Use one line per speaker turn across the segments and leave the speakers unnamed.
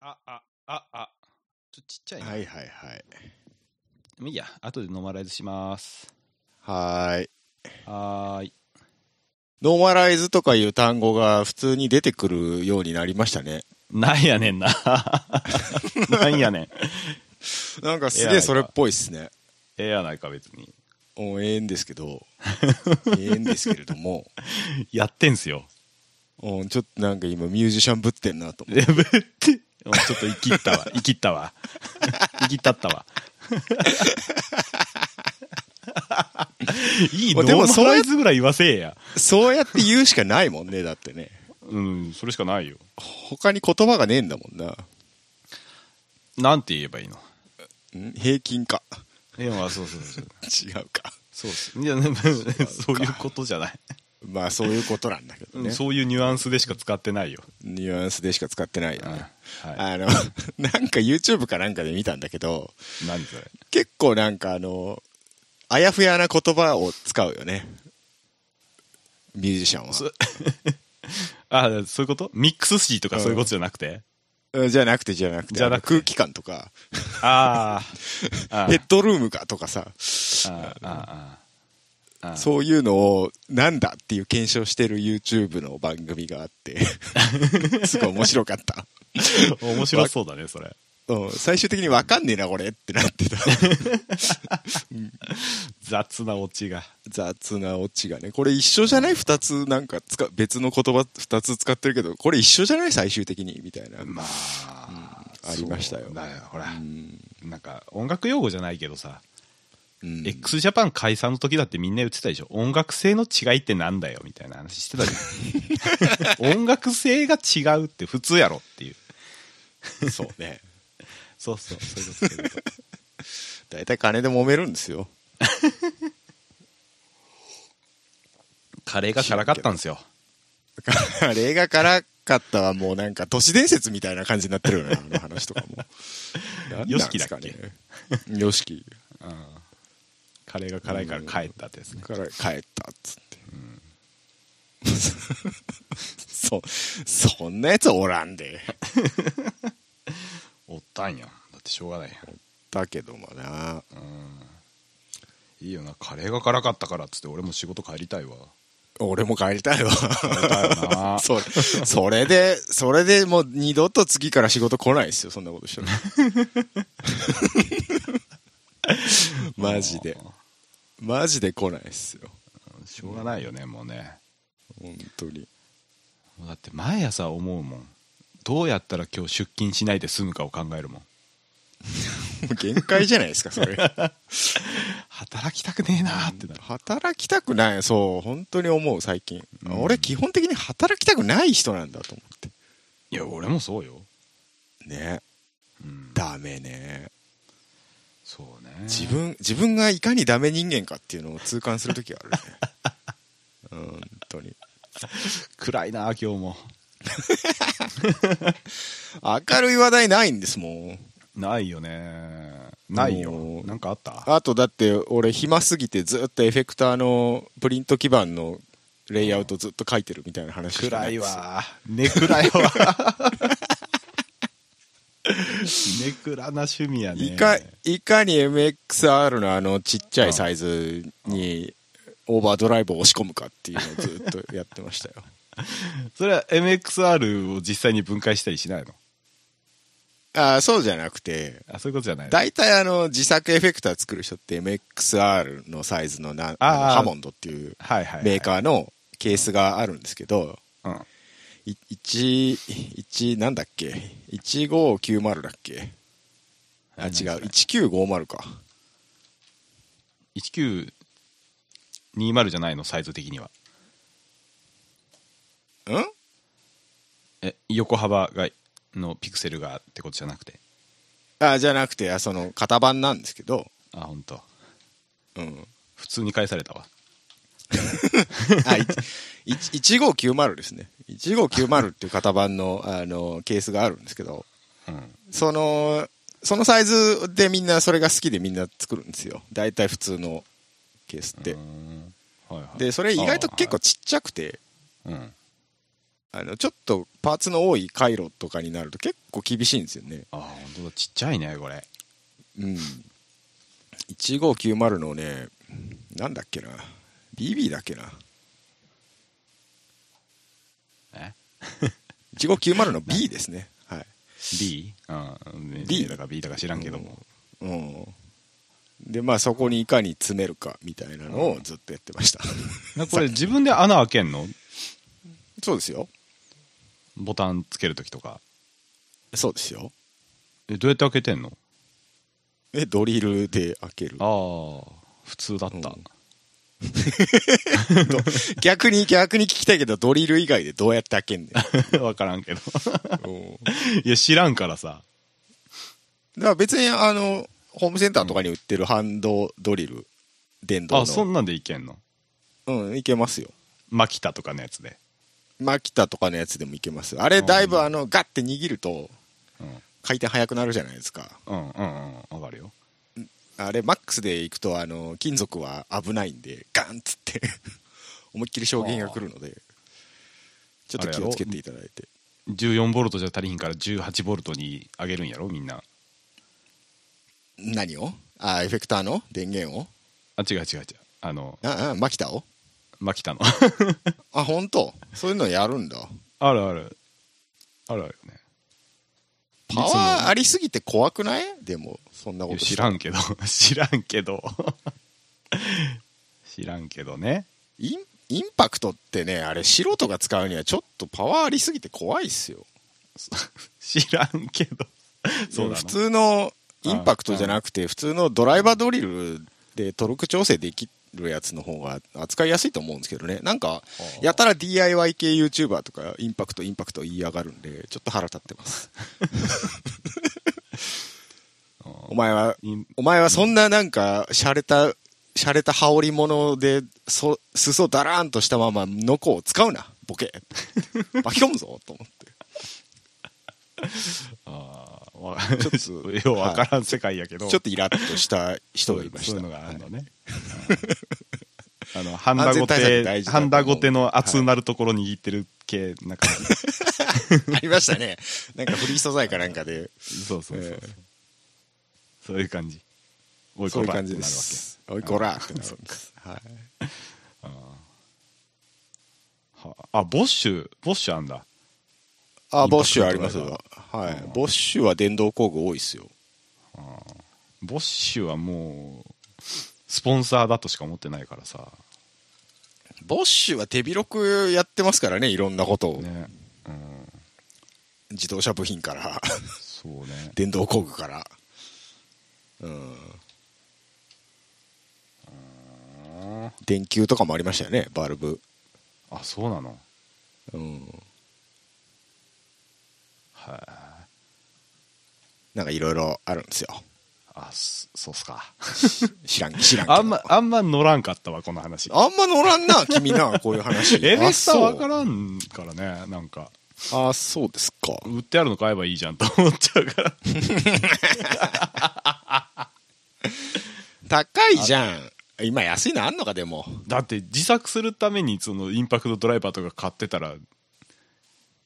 あ、あ、あ、あ。ちょっとちっちゃいな。
はいはいはい。
でもいいや、後でノーマライズします。
はーい。
はーい。
ノーマライズとかいう単語が普通に出てくるようになりましたね。
なんやね んな。なんやねん。
なんかすげえそれっぽいっすね。
ええやないか、別に。
おええんですけど、ええんですけれども、
やってんすよ。
うんちょっとなんか今ミュージシャンぶってんなと思
レブって。もうちょっと生きった わ。生きったわ。生きったった わ。いい、ノ
まあでも
ー
そ
マ
れ
ライズぐらい言わせえや。
う。そうやって言うしかないもんね、だってね。
うん、それしかないよ。
他に言葉がねえんだもんな。
なんて言えばいいの
ん平均か。
いや、まあ、そうそうそう。
違うか。
そうっす。いや、でも そういうことじゃない。
まあそういうことなんだけど
うん
ね。
そういうニュアンスでしか使ってないよ。
ニュアンスでしか使ってないよね。
うんは
あの、なんか YouTube かなんかで見たんだけど、
何それ。
結構なんかあのあやふやな言葉を使うよねミュージシャンは
あ、そういうことミックスシーとかそういうことじゃなくて、
うんじゃなくてじゃなくて
じゃなくて
あの空気感とか
ああ。ああ
ヘッドルームかとかさ
ああああ
そういうのをなんだっていう検証してる YouTube の番組があって すごい面白かった、
あ面白そうだね、それ。
うん、最終的にわかんねえなこれってなってた
雑なオチが。
雑なオチがねこれ一緒じゃない2つなんか使う別の言葉2つ使ってるけどこれ一緒じゃない最終的にみたいな
まあ、
ありましたよ
そうだよ、ほら
う。ん
なんか、音楽用語じゃないけどさ、
うん
x ジャパン解散の時だってみんな言ってたでしょ。音楽性の違いってなんだよ、みたいな話してたじゃ ん。音楽性が違うって普通やろっていう。
そうね。
そうそう、そういうことそういうこと。
大体金で揉めるんですよ。
カレーが辛かったんですよ。
あれが辛かったはもうなんか都市伝説みたいな感じになってるよね、あの話とかも。何なんですかね。よしき。
カレーが辛いから帰ったってですね。
から帰ったっつって。 そ、そんなやつおらんで。
おったんや。だってしょうがないやん。
だけどもな。
いいよな、カレーが辛かったからっつって、俺も仕事帰りたいわ。
俺も帰りたいわ。
だよ な
そそれで、それでもう二度と次から仕事来ないですよ、そんなことしたら。マジで。マジで来ないっすよ。
しょうがないよね、もうね。
本当に。
もうだって毎朝思うもん。どうやったら今日出勤しないで済むかを考えるもん。
もう限界じゃないですか、それ。
働きたくねえなーってなる。
働きたくない。そう、本当に思う、最近。
うん
俺、基本的に働きたくない人なんだと思って。
いや、俺もそうよ。
ね。
うん。
ダメね。
そうね。
自分、自分がいかにダメ人間かっていうのを痛感するときが あるね。本当に。
暗いなー、今日も。
明るい話題ないんですもん。
ないよねー。ないよ
も。う
なんかあった
あとだって俺暇すぎてずっとエフェクターのプリント基板のレイアウトずっと書いてるみたいな話しかな
暗い
です
わー。 ね暗いわー。ね暗な趣味やね。
いかいかに MXR のあのちっちゃいサイズにオーバードライブを押し込むかっていうのをずっとやってましたよ
それは MXR を実際に分解したりしないの
ああそうじゃなくて
あそういうことじゃないの
大体あの自作エフェクター作る人って MXR のサイズのなあの
あー
ハモンドっていう
はいはいはい、
メーカーのケースがあるんですけど
うん、
い一一なんだっけ1590だっけあ違う
何それ
1950か
1920じゃないのサイズ的には
うん
え横幅がのピクセルがってことじゃなくて
あじゃなくてあその型番なんですけど
あ本当
うん
普通に返されたわ
あいい1590ですね1590っていう型番のあのケースがあるんですけど
うん
そのそのサイズでみんなそれが好きでみんな作るんですよ大体普通のケースって
うーんはいはい
でそれ意外と結構
あ
ちっちゃくて
ーはいうん
あのちょっとパーツの多い回路とかになると結構厳しいんですよね
ああ本当だちっちゃいねこれ
うん1590のねなんだっけな BB だっけな
え
1590の B ですねはい
B? ああ
B
B だか B だか知らんけども、
うんでまあそこにいかに詰めるかみたいなのをずっとやってました
なこれ自分で穴開けんの
そうですよ
ボタンつけるときとか
そうですよ
えどうやって開けてんの
えドリルで開ける
ああ普通だった、
うん 逆に逆に聞きたいけどドリル以外で どうやって開けんねん
分からんけど
うん
いや知らんからさ
だから別にあのホームセンターとかに売ってるハンドドリル電動の
あそんなんでいけんの
うんいけますよ
マキタとかのやつで、
マキタとかのやつでもいけますあれだいぶあのガッて握ると
うん、
回転速くなるじゃないですか
うんうんうん分かるよ
あれマックスでいくとあの金属は危ないんでガンっつって 思いっきり衝撃が来るのでちょっと気をつけていただいて
14ボルトじゃ足りひんから18ボルトに上げるんやろみんな
何をあエフェクターの電源を
あ違う違う違うあの
ああマキタを
マキタの
あ本当そういうのやるんだ
あるあるあるあるよね
パワーありすぎて怖くないでもそんないこ
や
と
知ら
ん
んけど 知らんけど 知らんけどね
インインパクトってねあれ素人が使うにはちょっとパワーありすぎて怖いっすよ
知らんけ どそうだ
普
な
通のインパクトじゃなくて普通のドライバードリルでトルク調整できるやつの方が扱いやすいと思うんですけどねなんか
ー
やたら DIY 系 YouTuber とかインパクトインパクト言いやがるんでちょっと腹立ってますお前は
イン
お前はそんななんか、洒落た、洒落た羽織物で、そ、裾だらーんとしたまま、のこを使うな、ボケ。巻き込むぞ、と思って。
ああわ
ちょっと
ようわからん世界やけど、
ちょっとイラッとした人がいまし
そ
た。
ういうのがある
は
の
い
ね、あのハンダ
安全
ゴ
対策
テ
大事だ
ハ
と思う
ンダゴテの熱なるところ握ってる系、なんか
ありましたね。なんかフリー素材かなんかで、
そうそうそうそう、
ええ
そういう感じお
そういう
こら
感じ
って
で
なるわけ
す。おい、こらってなるんです。はい。
はああボッシュボッシュあんだ
あ、
インパクト
ボッシュありますよ。は
う
い
ん。
ボッシュは電動工具多いっすよ。
ボッシュはもうスポンサーだとしか思ってないからさ
ボッシュは手広くやってますからね、いろんなことを。
ねうん
自動車部品 から。
そうね
電動工具からうん電球とかもありましたよねバルブ
あそうなの
うん
はい、
なんかいろいろあるんですよ
あそそうっすか
知らん知らんけど
あんまあんま乗らんかったわこの話
あんま乗らんな君なこういう話
エレスター
あ
分からんからねなんか
そうあそうですか
売ってあるの買えばいいじゃんと思っちゃうから
高いじゃん今安いのあんのかでも
だって自作するためにそのインパクトドライバーとか買ってたら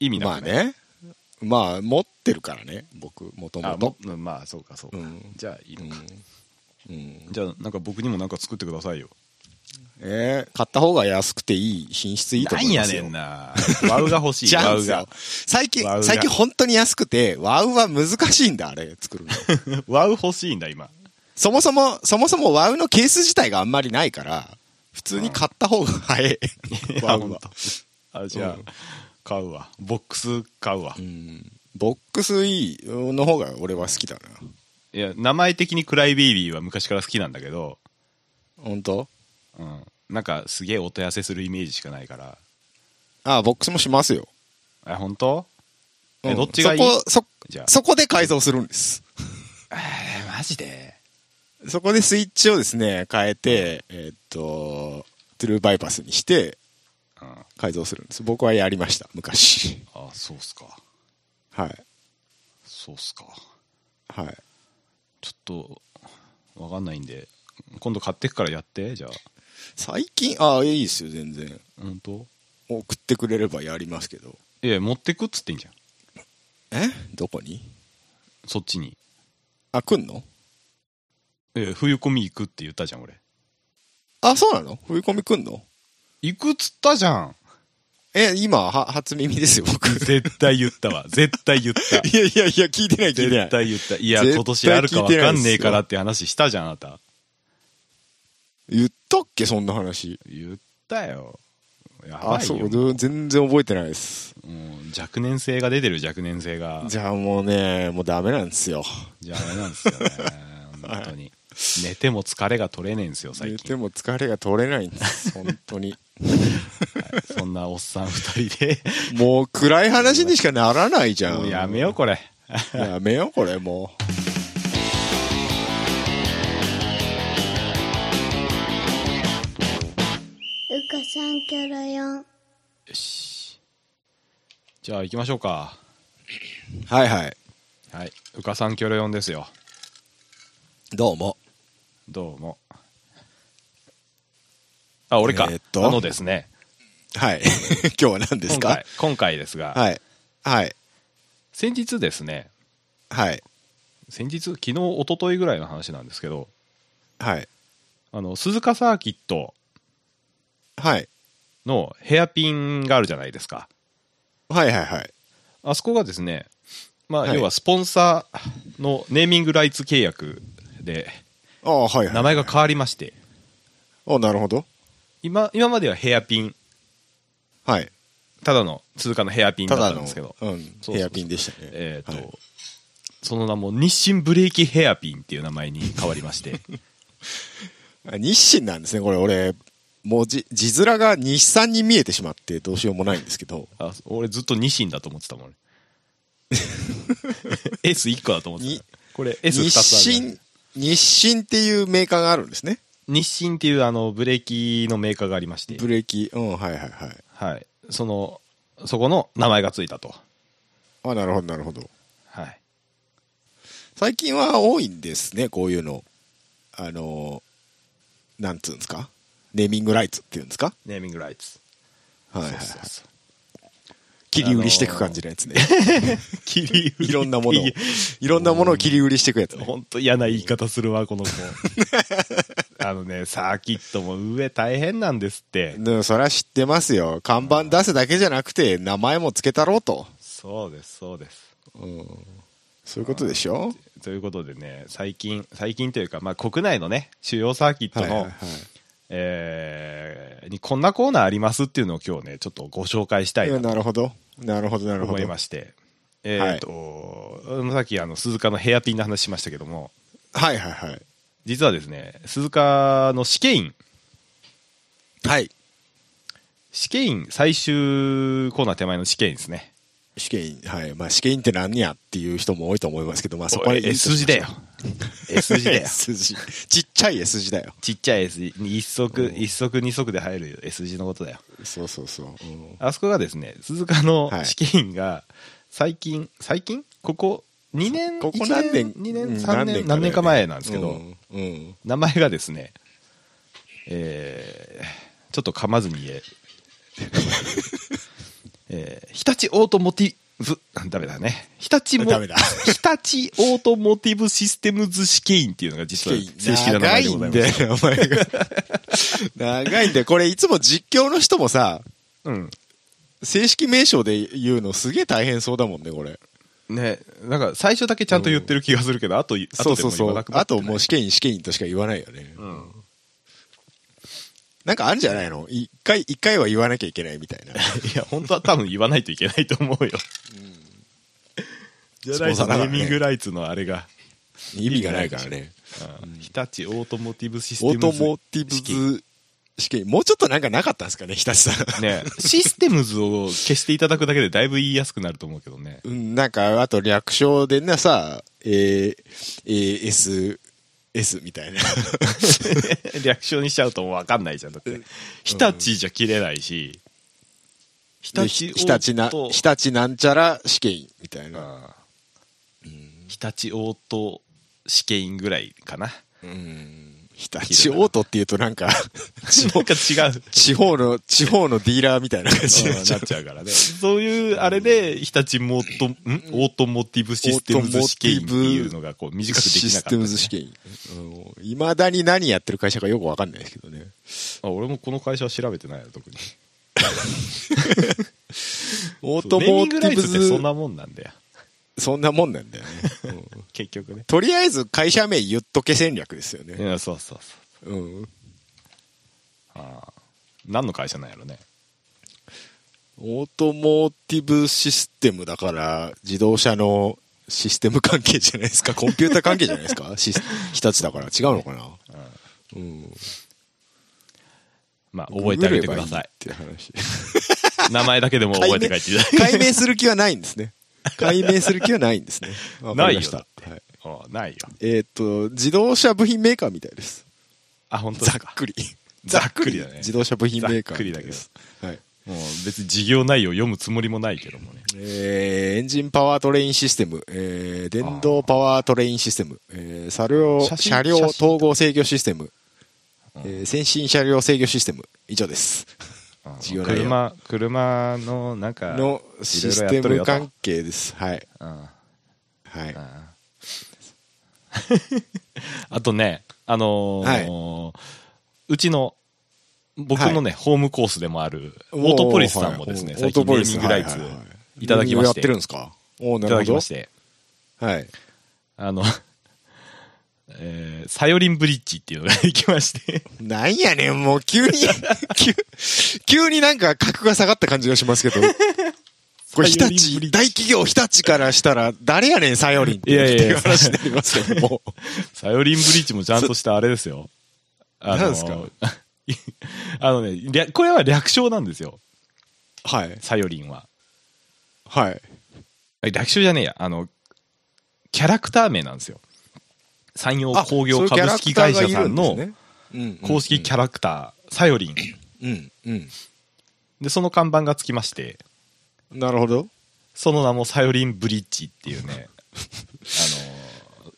意味なく
まあねまあ持ってるからね僕もと
あも
もと
うんまあそうかそうか、
うん
じゃあいいのか、
うん
じゃあなんか僕にもなんか作ってくださいよ
えー買った方が安くていい品質いいと思いますよ
なんやねんなワウが欲 しい
じゃ
ワ
ん
ウ
すよ
が
最近
ワウ、が
最近本当に安くて、ワウは難しいんだ、あれ、作る の。
ワウ欲しいんだ今
そもそも、そもそもワウのケース自体があんまりないから、普通に買った方が早い。ワウは。
あじゃあ、
うん
買うわボックス買うわ、い
ボックス E の方が俺は好きだな。
や名前的にクライビービーは昔から好きなんだけど、
本当
うん、なんかすげえ音痩せするイメージしかないから
ああ、ボックスもしますよ。
え本当え
うん
どっちがいい
そこ、そ
じゃ、あ
そこで改造するんです。
えマジで
そこでスイッチをですね、変えて、えーっと、トゥルーバイパスにして
うんあ
改造するんです。僕はやりました、昔。
そうっすか
はい。
そうっすか
はい。
ちょっとわかんないんで今度買ってくからやってじゃあ
最近、ああ、いいですよ、全然。
本当
送ってくれればやりますけど。
えいや持ってくっつってんじゃん
えどこに
そっちに
あ来んの
いや冬コミ行くって言ったじゃん俺
あそうなの冬コミ来んの
行くっつったじゃん
え今は初耳ですよ僕 い
絶対言っ たわ絶対言った
やいやいや聞いてない聞いてな
絶
い
対言ったいや
絶対
今年あるかわかんねえからって話したじゃんあなた
言ったっけそんな話
言ったよやば
あ
い
そ
よ
うど全然覚えてないです
もう若年性が出てる若年性が
じゃあもうねもうダメなんですよ
じゃああれなんですよね本当に寝ても疲れが取れねえんですよ最
寝て
近
も疲れが取れないんです本当に
そんなおっさん二人で
もう暗い話にしかならないじゃ
も
ん
うやめようこれ
やめようこれも
うかさんキョロヨン。
よしじゃあ行きましょうか
うはいはい
はい「うかさんキョロヨン」ですよ
どうも
どうもあ俺か、
えーっと
あのですね
はい 今日は何で
今
すか
回今回ですが、
はいはい
先日ですね
はい
先日昨日一昨日ぐらいの話なんですけど
はい
あの鈴鹿サーキット
はい
のヘアピンがあるじゃないですか
はいはいはい
あそこがですね、まあ、
はい
要はスポンサーのネーミングライツ契約で
ああはいはい
名前が変わりまして、
あなるほど
今今まではヘアピン、
はい
ただの通貨のヘアピンだ
た
っ
だ
たん
の
ですけど、
うん
そうそう
ヘアピンでしたね
えーと
はい
その名も日清ブレーキヘアピンっていう名前に変わりまして、
あ日清なんですねこれ俺もう字字面が日産に見えてしまってどうしようもないんですけど
あ俺ずっと日清だと思って たもん、S1 個だと思って
に
た。これ S2
日
つある、
清日清っていうメーカーがあるんですね
日清っていうあのブレーキのメーカーがありまして
ブ、レーキうんはいはいはい
はい、そのそこの名前がついたと。
あなるほどなるほど
はい
最近は多いんですねこういうのあのなんつうんですかネーミングライツっていうんですか
ネーミングライツ。
はいはいはい
そうそうそう
切り売りしていく感じのやつね
切り売り
いろんなものを
っていう
いろんなものを切り売りしていくやつね
本当嫌な言い方するわ、 この子。あのね、サーキットも上大変なんですって。
ねそりゃ知ってますよ看板出すだけじゃなくて名前もつけたろうと
そうです、そうです。
そういうことでしょ
ということでね、最近、最近というか、まあ、国内のね、主要サーキット
はい
の、
はいはい
えーにこんなコーナーありますっていうのを今日ね、ちょっとご紹介したい
うん
な
なるほどなるほどな
と
るほ
思い
ど
まして、えーっと、さっきあの鈴鹿のヘアピンの話しましたけども、
はいはいはい
実はですね、鈴鹿の試験員、
はい
試験員最終コーナー手前の試験員ですね
試験員はいまあ試験員って何やっていう人も多いと思いますけどまあそこは
おい S 字 だよ S 字だよ
S 字ちっちゃい S 字だよ
ちっちゃい S 字一足一足二足で入る S 字のことだよ
そうそうそう、うん
あそこがですね鈴鹿の
はい
試験員が最近最近ここ2年
ここ何年
2年
うん
3
だよ
年
ね
何年か前なんですけ
う
ど
んうん
名前がですねえーちょっと噛まずに言え えー日立オートモティブダメだね日立も
ダメだ
日立オートモティブシステムズ試験員っていうのが実は正式な名
長
前で
い
ござい
ん
ます。
だよ名前が 長いんだよこれいつも実況の人もさ
うん。
正式名称で言うのすげえ大変そうだもんねこれ
ね、なんか最初だけちゃんと言ってる気がするけど、あと、あ
そ
と
う
で
そ
も言
うそ
わ
う
なくな
あ
ってな
と
い
もう試験員試験員としか言わないよね、
ん
なんかあるんじゃないの一回一回は言わなきゃいけないみたいな
いや、本当は多分言わないといけないと思うよ。じゃない
そ
と
うだ
ネ
な
ーミングライツのあれが。
意味がないからね
うん日立オートモティブシステ
オ
ムズ
ートモティブズ試験もうちょっとなんかなかったんですかねひたすら
ね、システムズを消していただくだけでだいぶ言いやすくなると思うけど ね。
うんなんかあと略称でなさ ASS みたいな
略称にしちゃうともう分かんないじゃん。だって、日立じゃ切れないし、日
で
立オ
ひひたちな
ート、
ひたちなんちゃら試験員みたいな
うん日立オート試験員ぐらいかな。
うん日立オートっていうとなんか 地
な
方
んか違う。
地方の地方のディーラーみたいな感じになっち
な
ゃ
っ
う
ちゃうからね。そういう、あれで、日立モート、んオートモーティブシステムズ試験っていうのが、こう、短くでき
シ
な
ス
かった
テ
ね、
ムズ試験いま、未だに何やってる会社かよくわかんないですけどね
あ俺もこの会社は調べてないよ、特に。
オー
そう
ト
ネーミ
モー
ン
テ
グラ
ィ
イ
ブ
ツって
ズ
そんなもんなんだよ。
そんなもんなんだよね、うん
結局ね。
とりあえず会社名言っとけ戦略ですよ
い
ね、
や、そうそうそう。
うん、
ああ何の会社なんやろね。
オートモーティブシステムだから自動車のシステム関係じゃないですかコンピューター関係じゃないですかシス日立だから違うのかな、うん、
まあ、覚えてあげてください。
ググればいいって話
名前だけでも覚えて帰っていただいて。
解明する気はないんですね。解明する気はないんで すね。わかりました
ないよだ
はい、
ああないよ。
えーっ、と、自動車部品メーカーみたいです。
あ、本当で
ざ
す
っ
か。
くり。
ざっくりだね
自動車部品メーカーみたいです。はい。
もう別に事業内容読むつもりもないけどもね。
えーエンジンパワートレインシステム、えー電動パワートレインシステム、えー車両
写真
車両
写真
統合制御システム、えー先進車両制御システム、以上です。
うん
事業内容
車、車のなんか、
のシステ
いろいろや
ム
っとるよ
関係です。はい。
とうん
はい。
あとね、あのーうちの、僕のね、ホームコースでもある、オートポリスさんもですね、
は
最
い
近ネーミングライツいただきま
や
し、
っててるんですかおーない
た
るほど
だきまして、
はい。
あの、 えーサヨリンブリッジっていうのが行きまして、
なんやねん、もう急に急、急になんか格が下がった感じがしま すけど。これ日
サヨリンブリ
立、
ッジ
大企業日立からしたら、誰やねん、サヨリンって
いやいやいや
いう話になりますけども。
サヨリンブリッジもちゃんとしたあれですよ。あ
なん
の
ですか
あのね、略これは略称なんですよ、
はい。
サヨリンは。
はい。
略称じゃねえや、あの、キャラクター名なんですよ。山陽工業
そういうキャ
株
ラ
式
クタ
会
ーが
社
い
さ
る
ん
んです
の
ねうん
公式キャラクター、サヨリン。
うん、うん、
で、その看板がつきまして、
うん。なるほど。
その名もサヨリンブリッジっていうね、あのー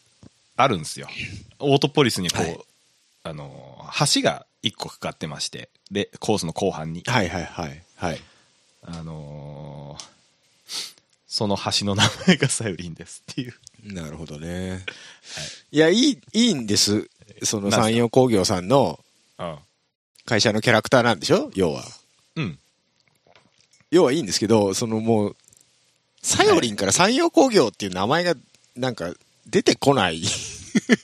あるんですよ。オートポリスにこう、
はい
あのー橋が一個かかってまして、で、コースの後半に。
はいはいはい。はい。
あのーその橋の名前がサヨリンですっていう。
なるほどね。いや、いい、いいんです。そ
な
の
んすか
山陽工業さんの
うん。
会社のキャラクターなんでしょ要は。
うん。
要はいいんですけどそのもうサヨリンから山陽工業っていう名前がなんか出てこない
だ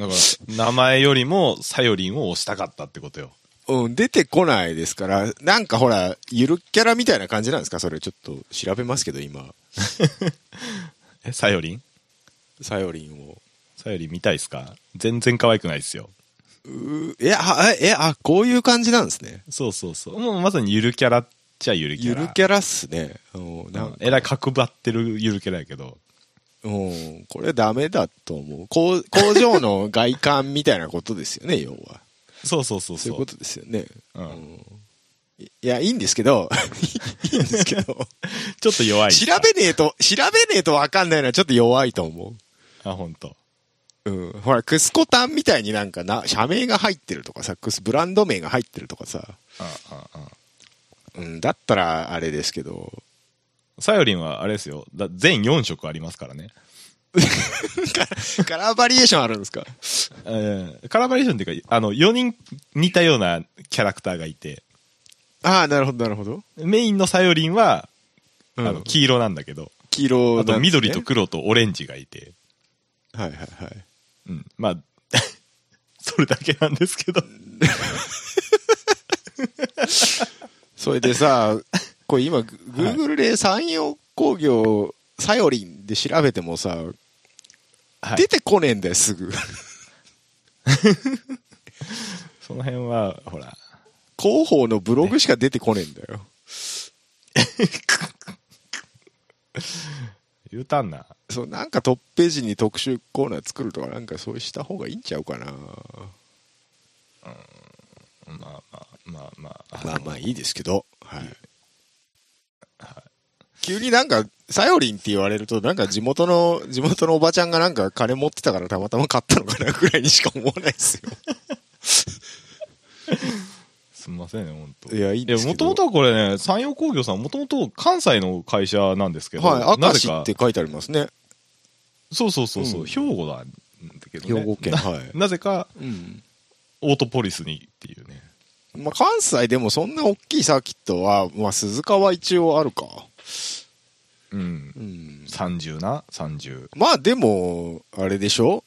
から、名前よりもサヨリンを押したかったってことよ。
うん出てこないですからなんかほらゆるキャラみたいな感じなんですかそれちょっと調べますけど今
え、サヨリン
サヨリンを
サヨリン見たいですか全然可愛くないですよ。
うえあえあこういう感じなんですね
そうそうそう。もうまさにゆるキャラっちゃゆるキャ
ゆ
ラ。
るキャラっすねうんな
うんんえらい角張ってるゆるキャラやけど。
うんこれダメだと思う工工場の外観みたいなことです よね要は
そうそうそう
そ
そ
うい
うう。
ことですよね
うん
いいやいいんです けどいいんですけど
ちょっと弱い。
調べねえと、調べねえとわかんないのはちょっと弱いと思
あ、ほんと。
う。うん。ほら、クスコタンみたいになんかな、社名が入ってるとかさ、クス、ブランド名が入ってるとかさ、
うんうんうん
うん、だったらあれですけ ど、
サヨリンはあれですよ。だ全4色ありますからね。
カラーバリエーションあるんですか
えーカラーバリエーションっていうか、あの、4人似たようなキャラクターがいて、
ああ、なるほど、なるほど。
メインのサヨリンは、
う
あの、
ん、
黄色なんだけど、
黄色なん
あ
ですね
と緑と黒とオレンジがいて、
はいはいはい。
うん。まあ、 それだけなんですけど。
それで さ、これ今、グーグルで山陽工業、サヨリンで調べてもさ、
はい
出てこねえんだよ、す ぐ。
その辺は、ほら、
広報のブログしか出てこねえんだよ。
言うたんな。
そうなんかトップページに特集コーナー作るとかなんかそうした方がいいんちゃうかな
まあまあ、まあまあ。
まあまあいいですけど、はい急になんか、サヨリンって言われると、なんか地元の、地元のおばちゃんがなんか金持ってたからたまたま買ったのかなぐらいにしか思わないですよ。
すみませんね、本当。
いやいいんですけ
も
ど
ともとはこれね、山陽工業さん、もともと関西の会社なんですけど、
はい、
な
明
ぜ
石
か
って、書いてありますね。
そうそうそうそう、
うん
兵庫なんだけどね。
兵庫県
な
はい
なぜか、
うん。
オートポリスにっていうね。
まあ、関西でもそんな大きいサーキットは、まあ、鈴鹿は一応あるか。
うん
う。ん。
30な、30。
まあでも、あれでしょ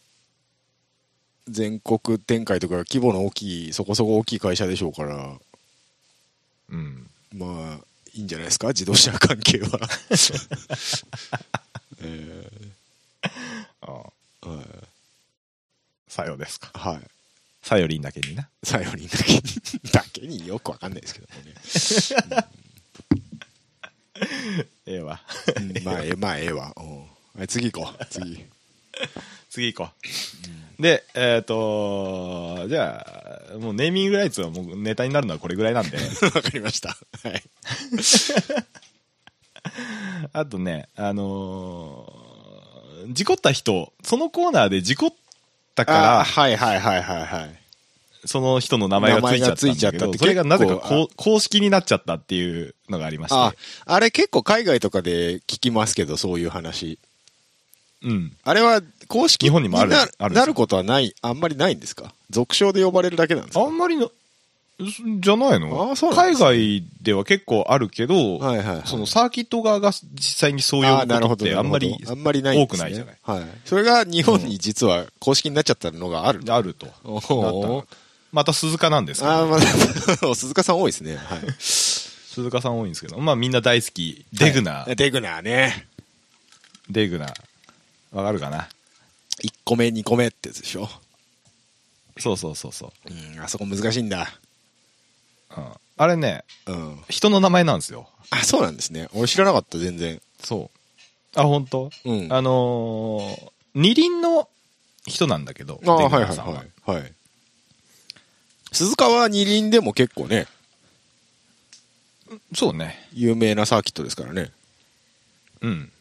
全国展開とか規模の大きい、そこそこ大きい会社でしょうから、
うん。
まあ、いいんじゃないですか自動車関係は。 え
ああ
ーはい
さようですか。
はい。
さよりんだけにな。
サヨリンだけに、だけによくわかんないですけどもね。
ええわ。
うんまあ、ええまあ、ええわ。うんはい、次行こう。 次。
次行こう。で、えっ、とじゃあ、もうネーミングライツはもうネタになるのはこれぐらいなんで、
わかりました。はい。
あとね、あのー事故った人、そのコーナーで事故った
あ
か
はいはいはいはいはい。
ら、その人の名前がついちゃったんだけ
名前がついちゃったっ
ど、
て
それがなぜか
結構
こう公式になっちゃったっていうのがありまして、
あ、あれ結構海外とかで聞きますけど、そういう話。
うん。
あれは公式
日本にもある
な
あるんですよ
なることはない、あんまりないんですか俗称で呼ばれるだけなんです
あ
か
んまりの、すじゃないの
あそうなん
海
ですね
外では結構あるけど、
はいはいはい
そのサーキット側が実際にそういう
あーなる
ことって
ほどなる
あ
ほど
んまり
あんまりないん
多
で
く
す
な
ね
いじゃない。
はい。それが日本に実は公式になっちゃったのがある。
あると。
お
なった
お
のまた鈴鹿なんですけど
あーまあ、 鈴鹿さん多いですね。はい。
鈴鹿さん多いんですけど、まあみんな大好き、 デグナー、
はいデグナーね。
デグナー。わかるかな
1個目、2個目ってやつでしょ。
そうそうそうそう。
うん、あそこ難しいんだ。
うんあれね、
うん。
人の名前なんですよ。
あ、そうなんですね。俺知らなかった、全然。
そう。あ、本当？
うん
あのー二輪の人なんだけど、
あー
デグ
はい
ナ
は
ー
い
さん
はい。はい。鈴鹿は二輪でも結構ね、
そうね。
有名なサーキットですからね。
うん。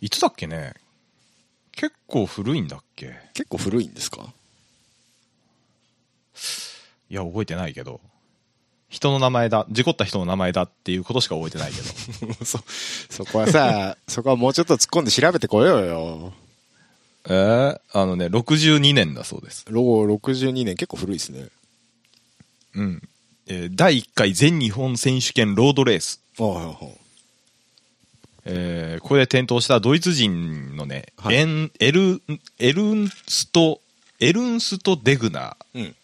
いつだっけね結構古いんだっけ
結構古いんですか
いや、覚えてないけど。人の名前だ、事故った人の名前だっていうことしか覚えてないけど。
そ、そこは さ、そこはもうちょっと突っ込んで調べてこようよ。
えー、あのね、62年だそうです。
ロゴ62年結構古いですね。
うん。えー第1回全日本選手権ロードレース。
ああ、はい
えーここで転倒したドイツ人のね、
はい
エンエルン、エルンスト、エルンスト・デグナー。
はい。うん。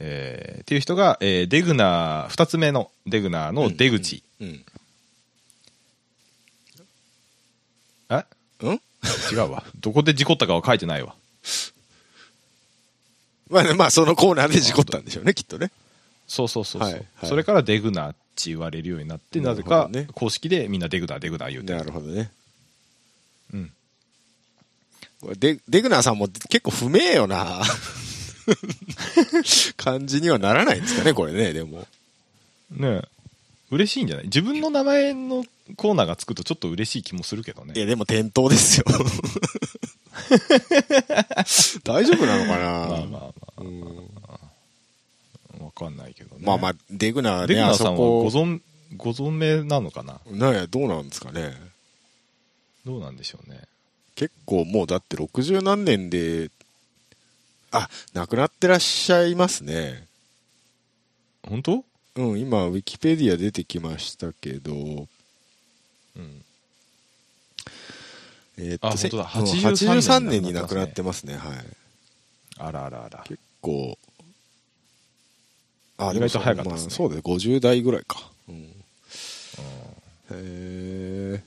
えーっていう人が、えーデグナー2つ目のデグナーの出口、
うん。
え
うん
違うわどこで事故ったかは書いてないわ
まあね、まあそのコーナーで事故ったんでしょうね、きっとね。
そうそうそうそう、
はいはい
それからデグナーって言われるようになってな
な
ぜ
るほど
か
ね
公式でみんなデグナーデグナー言うてる
なるほどね。
うん。
これデデグナーさんも結構不明よな 感じにはならないんですかね、これね、でも。
ねえ嬉しいんじゃない自分の名前のコーナーがつくとちょっと嬉しい気もするけど
い
ね
や、でも転 倒ですよ。大丈夫なのかな
まあまあま
うん
あわかんないけどね
まあまあ、デグナー
デ
ね、
グナー
あ
さん
そ
はご
こ、
存ご存命なのかな
ねどうなんですかね。
どうなんでしょうね
結構もうだって60何年で、あ、亡くなってらっしゃいますね。
本当
うん、今、ウィキペディア出てきましたけど、
うん
えーっ
あ
と、
本
せ
当だ
うん
83
83
年
年
に
に
亡
亡
く
く
な
な
っ
っててますね、はい。
あらあらあら
結構、あ
意外と早かったですね
まあそうだよ、50代ぐらいか。うん。へえ。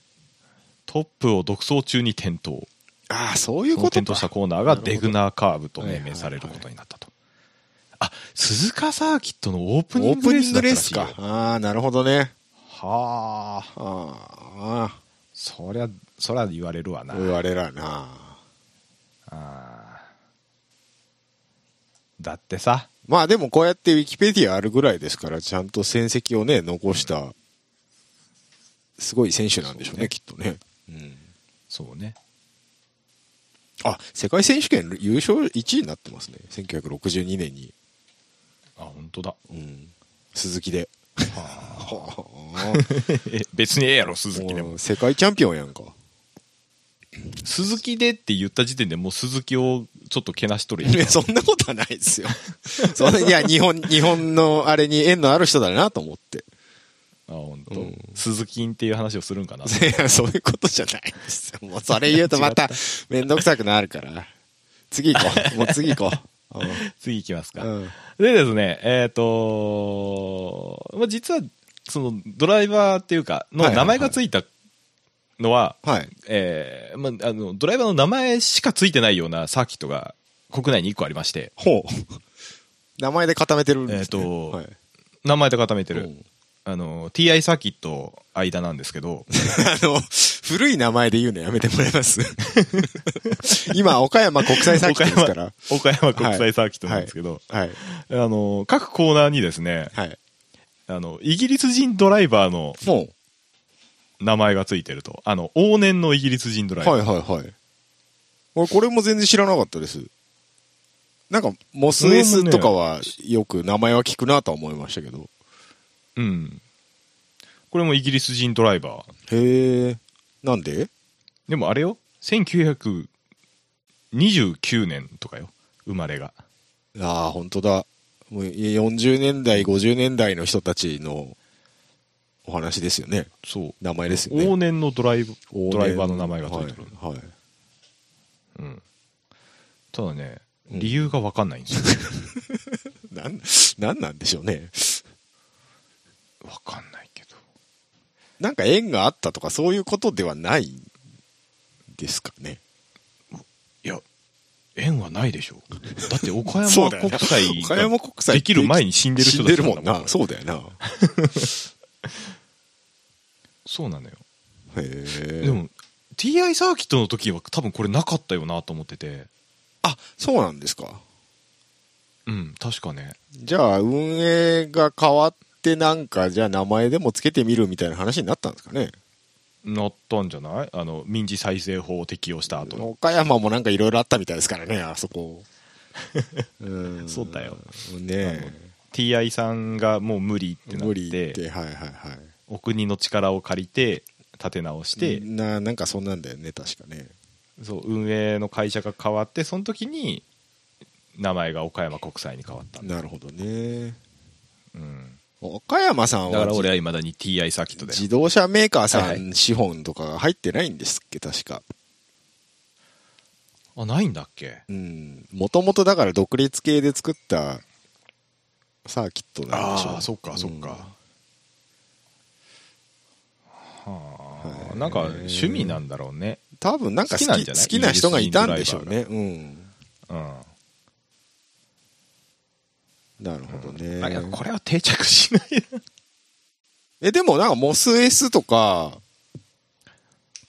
トップを独走中に転倒
ああ、そういう
その
こと
転倒
か
したコーナーがデグナーカーブと
な
命
るほど
名されることになったと、あ鈴鹿サーキットのオープニ
オ
ン
ー
グ
プ
レー
ニン
スだ
グ
った
レ
ら
ー
し
ス
いよ
か。ああ、なるほどね。
はあ
あ
そりゃそりゃ言われるわ
あ、
な
言われらな。
あーだってさ
まあでもこうやってウィキペディアあるぐらいですから、ちゃんと戦績をね、残した、すごい選手なんでしょうね、きっとね。うん。
そうね。
あ、世界選手権優勝1位になってますね。1962年に。
あ、本当だ。
うん。鈴木で。
え別にええやろ、鈴木で
も
も。
う世界チャンピオンやんか。
鈴木でって言った時点でもう鈴木をちょっとけなしとるやん
いやそんなことはないですよ。 そんな、いや、日本、日本のあれに縁のある人だなと思って。
あ、本当、
うん
鈴木んっていう話をするんかな。
いや、そういうことじゃないです よ。もうそれ言うとまた、めんどくさくなるから。次行こ う。もう次行こう。うん
次行きますか。
うん
でですね、えっ、とまあ、実は、そのドライバーっていうか、の
はいはいは
名
い
前がついたのは、
はい。
えーまあ、あのドライバーの名前しかついてないようなサーキットが国内に1個ありまして、
ほう。名前で固めてるんです、ね。
えーと
はい、
名前で固めて
う
る
ん、
あの TI サーキット間なんですけど、
あの、古い名前で言うのやめてもらえます 今、岡山国際サーキットですから。
岡山国際サーキットなんですけど、
はい。
あの各コーナーにですね、
はい。
あのイギリス人ドライバーの
も
名前がついてると、あの往年のイギリス人ド
う、
ライバー。
はいはいはい。俺、これも全然知らなかったです。なんか、モスエスとかは、よく名前は聞くなとは思いましたけど。
うん、これもイギリス人ドライバー。
へえ。なんで
でもあれよ、1929年とかよ、生まれが。
ああ、本当だ。もう40年代、50年代の人たちのお話ですよね。
そう。
名前ですよね。
往年のドライブドライバーの名前がついてる、
はい。はい
うん、ただね
うん
理由が分かんないんです よ
なん、 なんなんでしょうね。
分かんないけど
なんか縁があったとかそういうことではないんですかね。
いや縁はないでしょうだって岡
そう
山国
だよね
際
岡山国際
できる前に死んでる
死
人
ん
たち
でるもん
だから
な。そうだよな。
そうなのよ、
へえ。
でも TI サーキットの時は多分これなかったよなと思ってて
あ、そうなんですか。
うん確かね
じゃあ、運営が変わってなんか、じゃあ名前でもつけてみるみたいな話になったんですかね。
なったんじゃないあの民事再生法を適用した後の
岡山もなんかいろいろあったみたいですからね、あそこ。う ん
そうだよ。
ね
TI さんがもう無理って
え。
なっ
無理ってて、はいはいはい。
お国の力を借りて立て直して、
な、なんかそんなんだよね、確かね。
そう運営の会社が変わってその時に名前が岡山国際に変わったんだ、
なるほどね。
うん、
岡山さん
だか
は
ら俺はいまだに TI サーキットで
自動車メーカー
は
さ
いは
ん資本とかが入ってないんですっけ、確か。
あないんだっけ
うん。もともとだから独立系で作ったサーキットなんでしょ
ああそっかそっか、
うん
はあ、なんか趣味なんだろうね
多分なんか好き
好きなんじ
好
ゃない
きな人がいたんでしょうね。うん。
うん
なるほどね。
あいやこれは定着しないな
え、でもなんかモス S とか、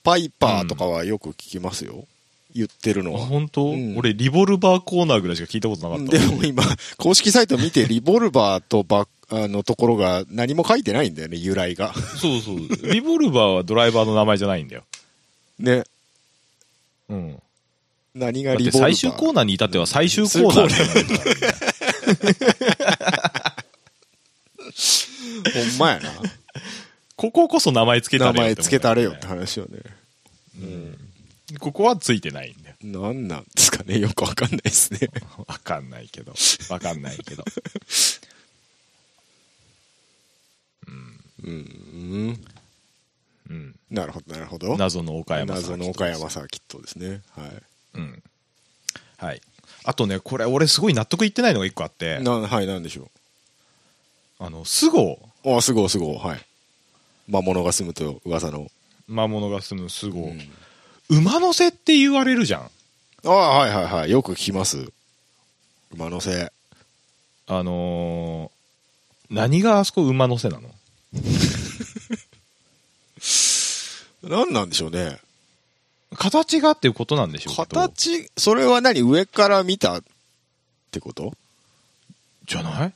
パイパーとかはよく聞きますよ。言ってるの
あ
は。
本当、
うん
俺リボルバーコーナーぐらいしか聞いたことなかった
でも今、公式サイト見て、リボルバーとバあのところが何も書いてないんだよね、由来が。
そうそうリボルバーはドライバーの名前じゃないんだよ、
ね。
うん、
何が
だっ
リボ
て
ルバー
最終コーナーに至っては最終コーナーじゃないからね
ほんまやな。
こここそ名前つけたれ
名
よ
前
って思
つ
うんだ
けたれ
ね
よって話よね。
ここはついてないんだよ。
なんなんですかね、よくわかんないですね。
わかんないけど。わかんないけ ど。
うん。
うん。
なるほど、なるほど。
謎の岡山さん。
謎の岡山サーキットですね。はい。
うん。はい。あとね、これ俺すごい納得いってないのが一個あって、
なはい、なんでしょ
あの、すご、
う。あ、すごいすごい。はい。魔物が住むと噂の。
魔物が住むすご、
うん
馬乗せって言われるじゃん。
あはいはいはい。よく聞きます。馬乗せ。
あのー何があそこ馬乗せなの
なんなんでしょうね。
形がっていうことなんでしょうけど
形、それは何上から見たってことじゃない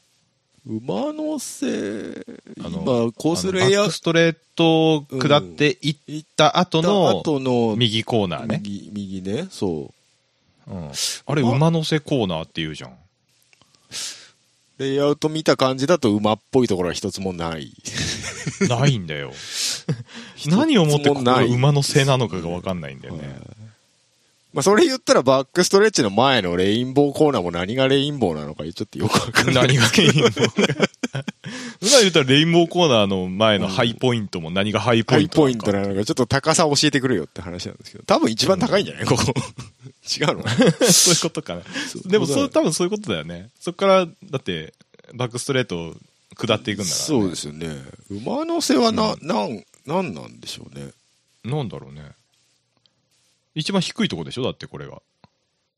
馬のせ
あ
今
の
コース
あ
レイ
の
ヤ
バックストレートを下っていった後
ー
の
後の
右コーナーね。
右右ねそう
うんあれ、
あ
馬乗せコーナーっていうじゃ ん。
レイアウト見た感じだと馬っぽいところは一つもない。
ないんだ よ。 何をもってここが馬のせなのかがわかんないんだよね。
まあそれ言ったらバックストレッチの前のレインボーコーナーも何がレインボーなのかちょっとよくわか んない。
何がいいのか。 今言ったらレインボーコーナーの前のハイポイントも何がハイポ
ハ
イ
イ
ント
ポ
な
イ
の
ン
か
ト。なのか、ちょっと高さ教えてくれよって話なんですけど。多分一番高いんじゃない、ここ。違うのかな
そういうことかな。でも
そ
そうう、多分そういうことだよね。そこから、だって、バックストレートを下っていくんだから、
そうですよね。馬の背はな、
う
なん、なんなんでしょうね。
なんだろうね。一番低いとこでしょだってこれが。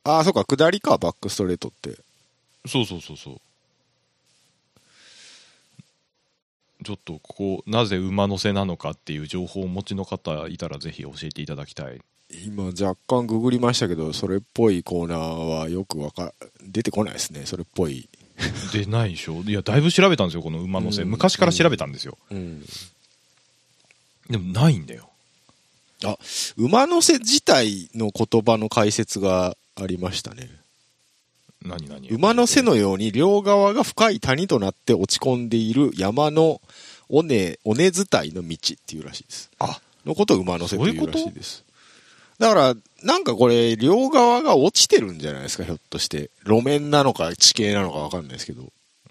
ああ、そうか、下りか、バックストレートって。
そうそうそうそう。ちょっとここなぜ馬乗せなのかっていう情報をお持ちの方いたらぜひ教えていただきたい
今若干ググりましたけど、それっぽいコーナーはよくわか、出てこないですね。それっぽい。
でないでしょいやだいぶ調べたんですよこの馬乗せ
うん
昔から調べたんですよ
うん。
でもないんだよ
あ馬のせ自体の言葉の解説がありましたね
何何
馬の背のように両側が深い谷となって落ち込んでいる山の尾根尾根伝いの道っていうらしいです
あ
のことを馬の背と
そう
い
いう
う
こと
らしいですだからなんかこれ両側が落ちてるんじゃないですかひょっとして路面なのか地形なのか分かんないですけど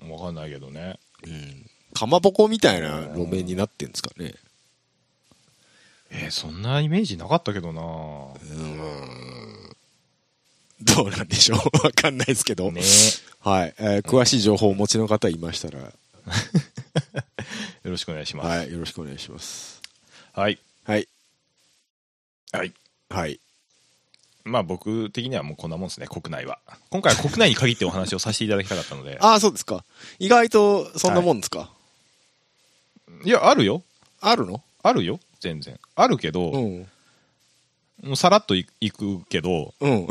分かんないけどね
うんかまぼこみたいな路面になってんですかね
えーそんなイメージなかったけどな
どうなんでしょう 分かんないですけど、
ね
はい、えー詳しい情報をお持ちの方いましたら、
よろしくお願いします
はい、よろしくお願いします。
はい
はい、
はい
はい、
まあ僕的にはもうこんなもんですね国内は今回は国内に限ってお話をさせていただきたかったので
ああ、そうですか。意外とそんなもんですか。
いやあるよ
あるの？
あるよ全然あるけど、
うん、
もうさらっといいくけど
うん、うん。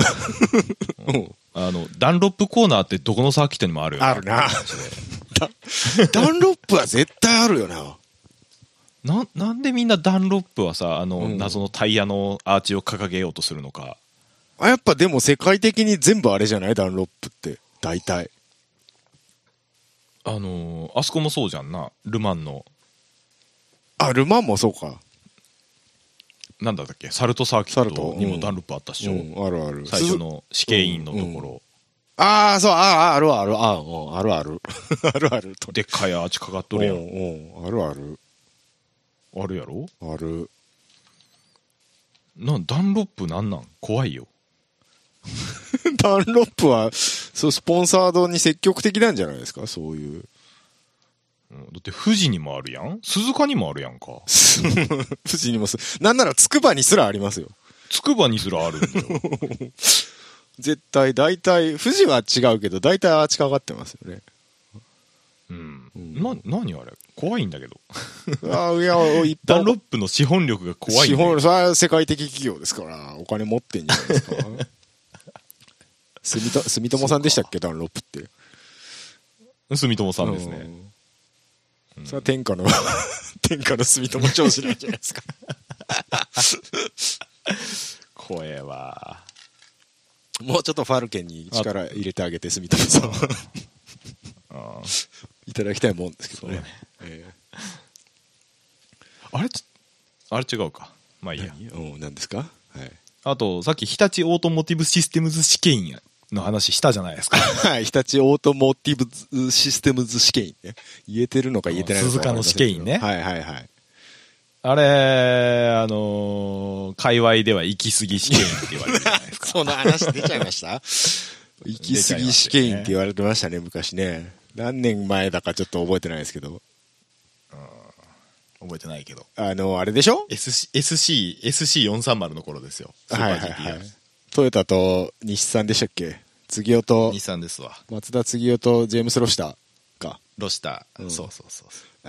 あのダンロップコーナーってどこのサーキットにもあるよ
ある な。ダダンロップは絶対あるよな。
ななんでみんなダンロップはさあの、
うん
謎のタイヤのアーチを掲げようとするのか
あやっぱでも世界的に全部あれじゃないダンロップって大体。
あのーあそこもそうじゃんなル・マンの
あルマンもそうか。
なんだったっけサルトサーキッ
サルト
ト
うん
にもダンロップあったっし
う
ょ、
ん、あるある。
最初の試験員のところ、
ああ、そう、ああ、あるある、ああ、うん、ある ある。あるあると。
でっかいアーチかかっとるや
うんん、うん、あるある、
あるやろ
ある。
なんダンロップなんなん怖いよ
ダンロップは、そう、スポンサードに積極的なんじゃないですかそういう。
うんだって富士にもあるやん鈴鹿にもあるやんか
富士にもす、なんならつくばにすらありますよ。
つくばにすらあるんだ よ
絶対、大体、富士は違うけど、大体アーチかかってますよね。
うん、
うん
な何あれ怖いんだけど
ああ、いや、一
ダンロ
ッ
ップの資本力が怖いん
資
だよ
本、それは世界的企業ですから、お金持ってんじゃないですか。 住友住友さんでしたっけ、ダンロップって。
住友さんですね、
うん。それは天下の、 天下の住友調子なんじゃないですか。
怖えわ
もうちょっとファルケンに力入れてあげて、住友さんは。
あ
いただきたいもんですけどね。え
あれちあれ違うかまあいいや
えうん、何ですかはい。
あとさっき日立オートモーティブシステムズ試験の話したじゃないですか
はい、日立オートモーティブシステムズ試験員ね。言えてるのか言えてないのか
鈴鹿の試験員ね
はいはいはい。
あれあのー界隈では行き過ぎ試験って言われるじゃないですか
その話出ちゃいました 行き過ぎ試験員って言われてましたね、昔ね。何年前だかちょっと覚えてないですけど。
覚えてないけど
あの、あれでしょ
SC SC430 の頃ですよ
はいはいはい。トヨタと日産でしたっけ次男と、
産ですわ
松田次男とジェームス・ロシターか。
ロシター
うん
うそうそう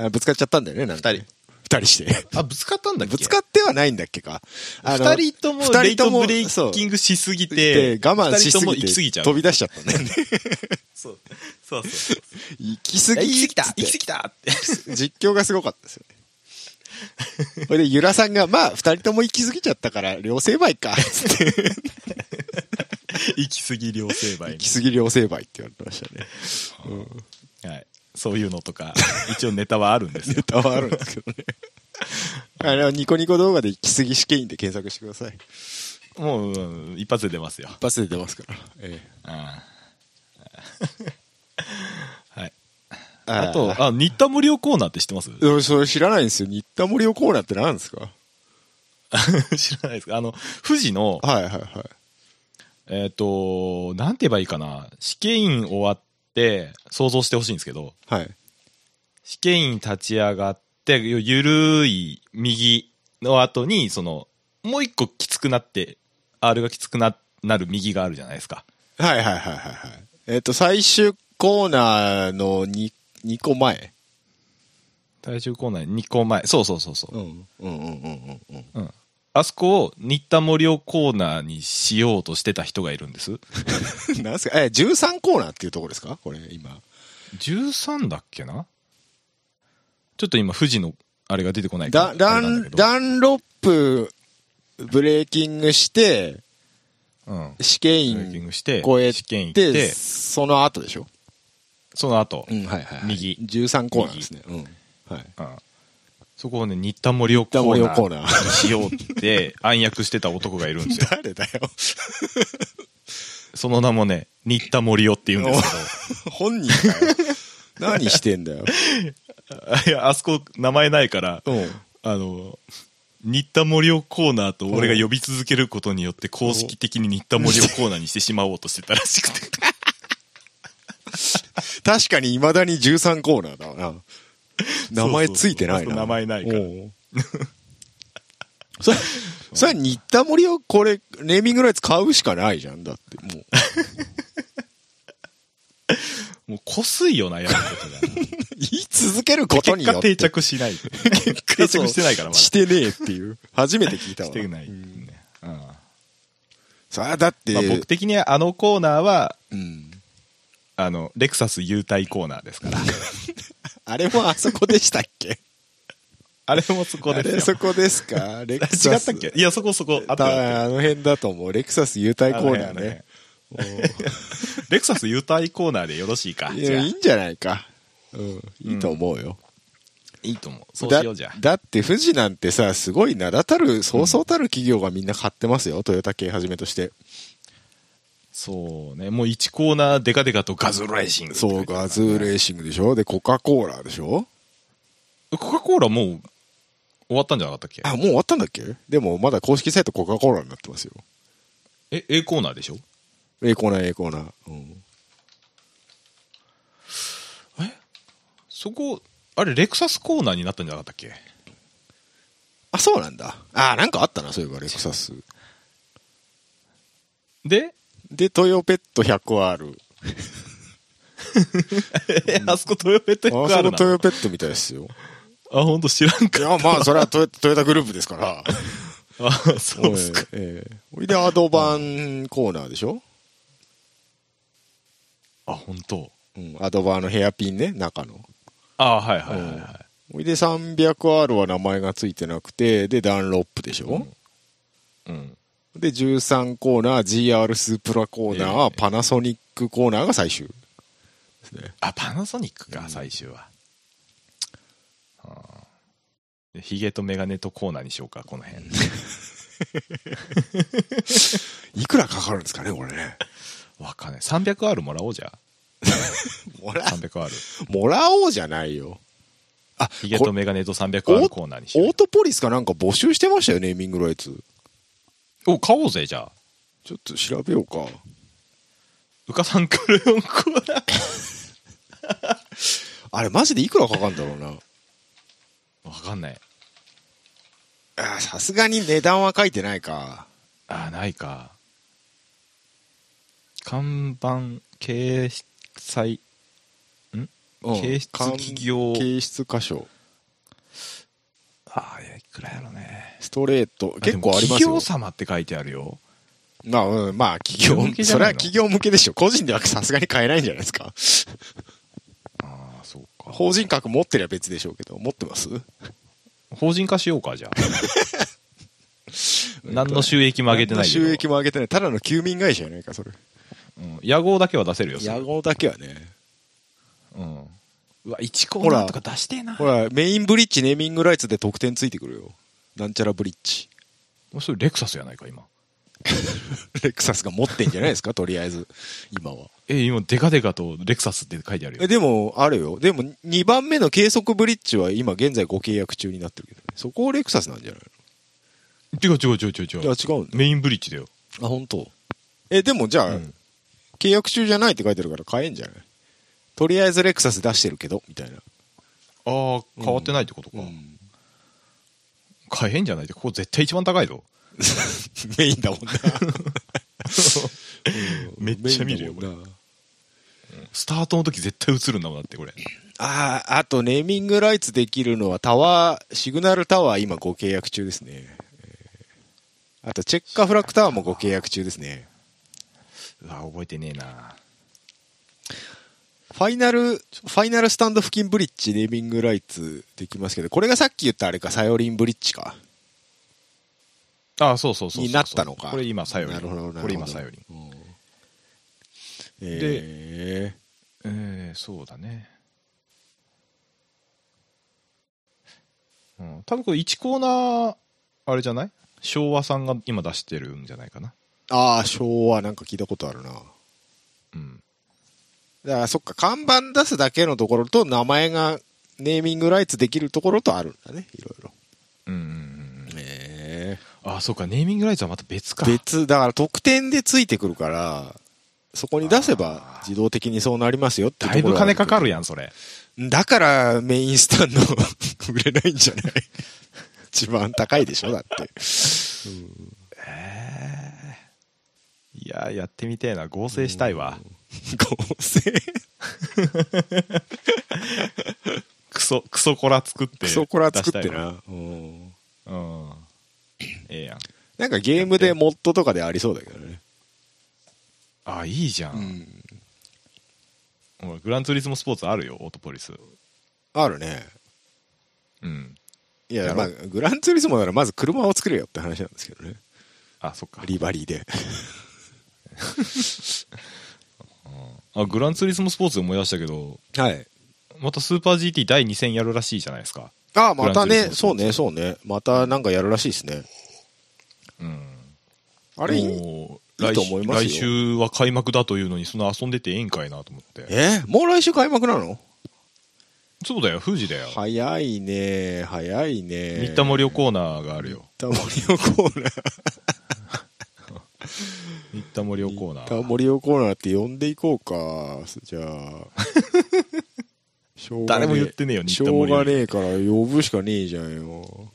あぶつかっちゃったんだよね、なんかね。
二人
ったりして。
あ、ぶつかったんだっけ
ぶつかってはないんだっけか。あの
二人とも
二
レイ
人
ト
とも
ブレイキングしすぎ
で
て、
我慢しす
二人とも
ぎ
行き過ぎち
て
ゃう。
飛び出しちゃったん だよね。
そうそうそう。
行き過
行
ぎ
き過ぎた行き
つ
過
っ
ぎたって。
て実況がすごかったですよね。それで、ゆらさんが、まあ、二人とも行き過ぎちゃったから、両成敗か、つって。
行き過ぎ両成敗
行き過ぎ両成敗って言われてましたね。
はい。そういうのとか、一応ネタはあるんですよ
ネ。タはあるんですけどね。 あれはニコニコ動画で行き過ぎ試験員で検索してください。
もう、うん一発で出ますよ。
バスで出ますから。ええ。
うんはい。
あ
あと、あ、新田無料コーナーって知ってます
でもそれ知らないんですよ。新田森生コーナーって何ですか
知らないですかあの、富士の、
はいはいはい。
えっ、と、なんて言えばいいかな、試験員終わって、想像してほしいんですけど、
はい。
試験員立ち上がって、ゆゆるい右の後に、その、もう一個きつくなって、R がきつくな、なる右があるじゃないですか。
はいはいはいはいはい。えっ、と、最終コーナーの 2, 2個前。
体重コーナーに2個前。そうそうそうそう。
ん。うんうんうんうんうん。
うんあそこを新田森生コーナーにしようとしてた人がいるんです。
何すかえ、13コーナーっていうところですかこれ、今。
13だっけなちょっと今、富士のあれが出てこないから
ダダ
あれなんだけ
ン、
ど
ダンロップ、ブレーキングして、
うん。
試験
ブレーキン
員
グして、
超え、
試験行ってて、
その後でしょ
その後、
ん、はいはい
はい右
13コーナーですね。うん。はい。
うんそこをね、新田森生コ
ダン森
ーナ
生コー
ー
ナ
に
ー。
しようって暗躍してた男がいる んですよ。
誰だよ。
その名もね、新田森生って言うんです
本人かよ。 何してんだよ。
けど、 あいや、あそこ名前ないから、
うん。
あの、新田森生コーナーと俺が呼び続けることによって公式的に新田森生コーナーにしてしまおうとしてたらしくて。
確かに未だに13コーナーだわな。名前ついてない
そうそうそう
な。
名前ないから
おうそれ、それ新田森をこれ、ネーミングのやつ買うしかないじゃん。だって、 もう。
もうこすいよな、やることが。
言い続けることに
結
よ
果
っ
定
て。
着し ない。定着してないから、まだ。
してねえっていう。初めて聞いた わ。
してない。
う
うんんまあ
さあ、だって、
僕的にはあのコーナーは、
うん。
あの、レクサス優待コーナーですから。
あれもあそこでしたっけ
あれもそこ
あ
で
れ
す
そ
よ。
こですかレク
違
サ
っ
ス。
たっけいや、そこそこ。あったよ
たあの辺だと思う。レクサス優待コーナー
あの辺あの辺
ね。おう
レクサス優待コーナーでよろしいか。
い
じゃ
や、
あ
いいんじゃないか。うん、いいと思うよ。
いいと思う。そう
だ
しようじゃあ。
だって富士なんてさ、すごい名だたる、そうそうたる企業がみんな買ってますよ。トヨタ系はじめとして。
そうね。もう1コーナーデカデカとガズーレーシング。
そう、ガズーレーシングでしょで、コカ・コーラでしょ
コカ・コーラもう終わったんじゃなかったっけ
あ、もう終わったんだっけでも、まだ公式サイトコカ・コーラになってますよ。
え、A コーナーでしょ
ええコーナー、ええコーナー。うん。
そこ、あれ、レクサスコーナーになったんじゃなかったっけ
あ、そうなんだ。あ、なんかあったな、そういえば、レクサス。
で、
で、トヨペット 100R。
え あそこトヨペット
あそこトヨペットみたいですよ。
あ、ほんと知らん
い
か。
や、まあ、それはトヨトヨタグループですから。
あ、そうっすか。
ええほいで、アドバンコーナーでしょ、
あ、ほんと。
うん、アドバンのヘアピンね、中の。
あ、はいはいはいはい。
ほいで、300R は名前がついてなくて、で、ダンロップでしょ、
うん。
で、13コーナー、GR スープラコーナー、
ええ
パナソニックコーナーが最終。
あ、パナソニックか、最終は。あーヒゲとメガネとコーナーにしようか、この 辺。
いくらかかるんですかね、これね。
わかんない。300R もらおうじゃ。
もら、
300R。
もらおうじゃないよ。あ、
ヒゲ
こと
メガネと 300R
お
コーナーにしよ
オ
う
ー。トポリスかなんか募集してましたよね、ネーミングのやつ。
お、買おうぜ、じゃあ。
ちょっと調べようか。
うかさんクレヨンコーナー。
あれ、マジでいくらかかるんだろうな。
わかんない。
あーさすがに値段は書いてないか。
あ、ないか。看板、掲載、
うん
形質企業
形質箇所。
ああ、いやいくらやろね。
ストレート、結構あります
でも企業。
よ
様って書いてあるよ。
まあ、うん、まあ、企業
企業向け、じゃ
それ
な
はい
の
企業向けでしょ。個人ではさすがに買えないんじゃないですか。
ああ、そうか。
法人格持ってりゃ別でしょうけど、持ってます
法人化しようか、じゃあ。 何の収益も上げてないけど
収益も上げてない。ただの休眠会社やないか、それ。
うん野号だけは出せるよ、それ
野号だけはね。
うん。うわ、1コーナーとか出してえな。
ほら、メインブリッジネーミングライツで得点ついてくるよ。なんちゃらブリッジ。
もうそれレクサスやないか、今。
レクサスが持ってんじゃないですか、とりあえず。今は。
え、今、デカデカとレクサスって書いてあるよ
え、。でも、あるよ。でも、2番目の計測ブリッジは今現在ご契約中になってるけどね。そこをレクサスなんじゃない
違う違う違う違う
のい
違
や、
う。
違うんだ。
メインブリッジだよ。
あ、本当。え、でもじゃあ、
うん
契約中じゃないって書いてるから買えんじゃないとりあえずレクサス出してるけど、みたいな。
ああ、変わってないってことか。変えんじゃないって、ここ絶対一番高いぞ。
メインだもんな。
めっちゃ見るよ、
メ
こ
インだ
れ
もんな
スタートの時絶対映るんだもんだって、これ。
ああ、あとネーミングライツできるのはタワー、シグナルタワー今ご契約中ですね。えーあとチェッカーフラッグタワーもご契約中ですね。
うわ、覚えてねえな。
ファイナル、ファイナルスタンド付近ブリッジネーミングライツできますけど、これがさっき言ったあれか、サヨリンブリッジか。
ああ、そうそうそうそうそう
になったのか
これ今、サヨリ
なるほどなるほ
ン。
ど
これ今、サヨリン。
うんえ
えー、そうだね。うん、多分これ1コーナー、あれじゃない昭和さんが今出してるんじゃないかな。
ー、ああ、昭和なんか聞いたことあるな。だか
うん。
らそっか、看板出すだけのところと名前がネーミングライツできるところとあるんだね、いろいろ。
うんうんうんうん。
ええ
あ、そうか、ネーミングライツはまた別か。
別、だから特典でついてくるから、そこに出せば自動的にそうなりますよっていう
だ
と
い
ころ
ぶ
はあ
金かか
る
るやん、それ。
けど。だからメインスタンド売れないんじゃない 一番高いでしょだって。
いやー、やってみてえな。合成したいわ。
5000
クソ、クソコラ作って。
クソコラ作っ
出
て
したいわ。
な。うん
うん。ええやん。
なんかゲームでモッドとかでありそうだけどね。
あ、いいじゃ。
うんん。
ほらグランツーリスモスポーツあるよ、オートポリス。
あるね。
うん。
いや、
やろ
まあ、グランツーリスモならまず車を作れよって話なんですけどね。
あ、そっか。
リバリーで。
あ、グランツーリスモスポーツで思い出したけど、
はい。
またスーパー GT 第2戦やるらしいじゃないですか。
ああ、また
グラ
ね
ン、ツーリス
そ
モ
うね、そうね。またなんかやるらしいですね。
うん。
あれ、
もう
いい
来
と思いますよ
来週は開幕だというのに、その遊んでてええんかいなと思って。
えもう来週開幕なの
そうだよ、富士だよ。
早いね、早いね。
新田森生コーナーがあるよ。
三田森をコーナー。
新田森生コーナ
三田
ー。
森をコーナーって呼んでいこうか。じゃ あ。しょうがね
誰
え
も言ってねえよ、
し
新田
ょう
森
が
生。
ねえから呼ぶしかねえじゃんよ。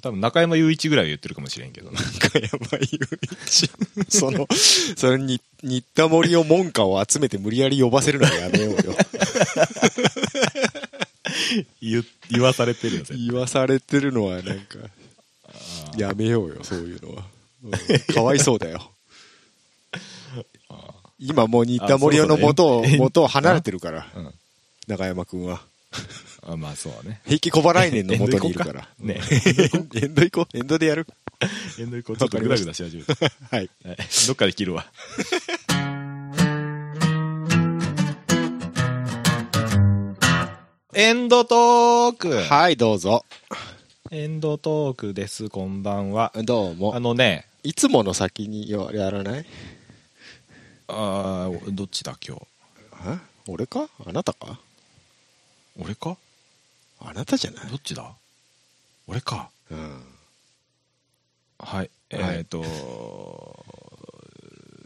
多分中山雄一ぐらいは言ってるかもしれんけど な。
中山雄一。その、それに、新田森を門下を集めて無理やり呼ばせるのはやめよう よ。
言言わされてるよ、絶対
言わされてるのはなんか、やめようよ、そういうのは。うんかわいそうだよ。今もう新田森生の元
あそ
を、
うだね
元を離れてるから、
うん
中山くんは。
あまあそうだね。
平気小払い年の元にいる から。
ね
エンド 行こう。エンドでやる。
え。エンドこうちょっとグダグダし始めた。
はい。
はいどっかで切るわ。 エンドトーク
はい、どうぞ。
エンドトークです、こんばんは。
どう
あ
も。
のね、
いつもの先にややらない
あーどっちだ、今日。
あ俺かあなたか
俺か
あなたじゃない
どっちだ俺か。
うん。
はい。え
はい
っ、と、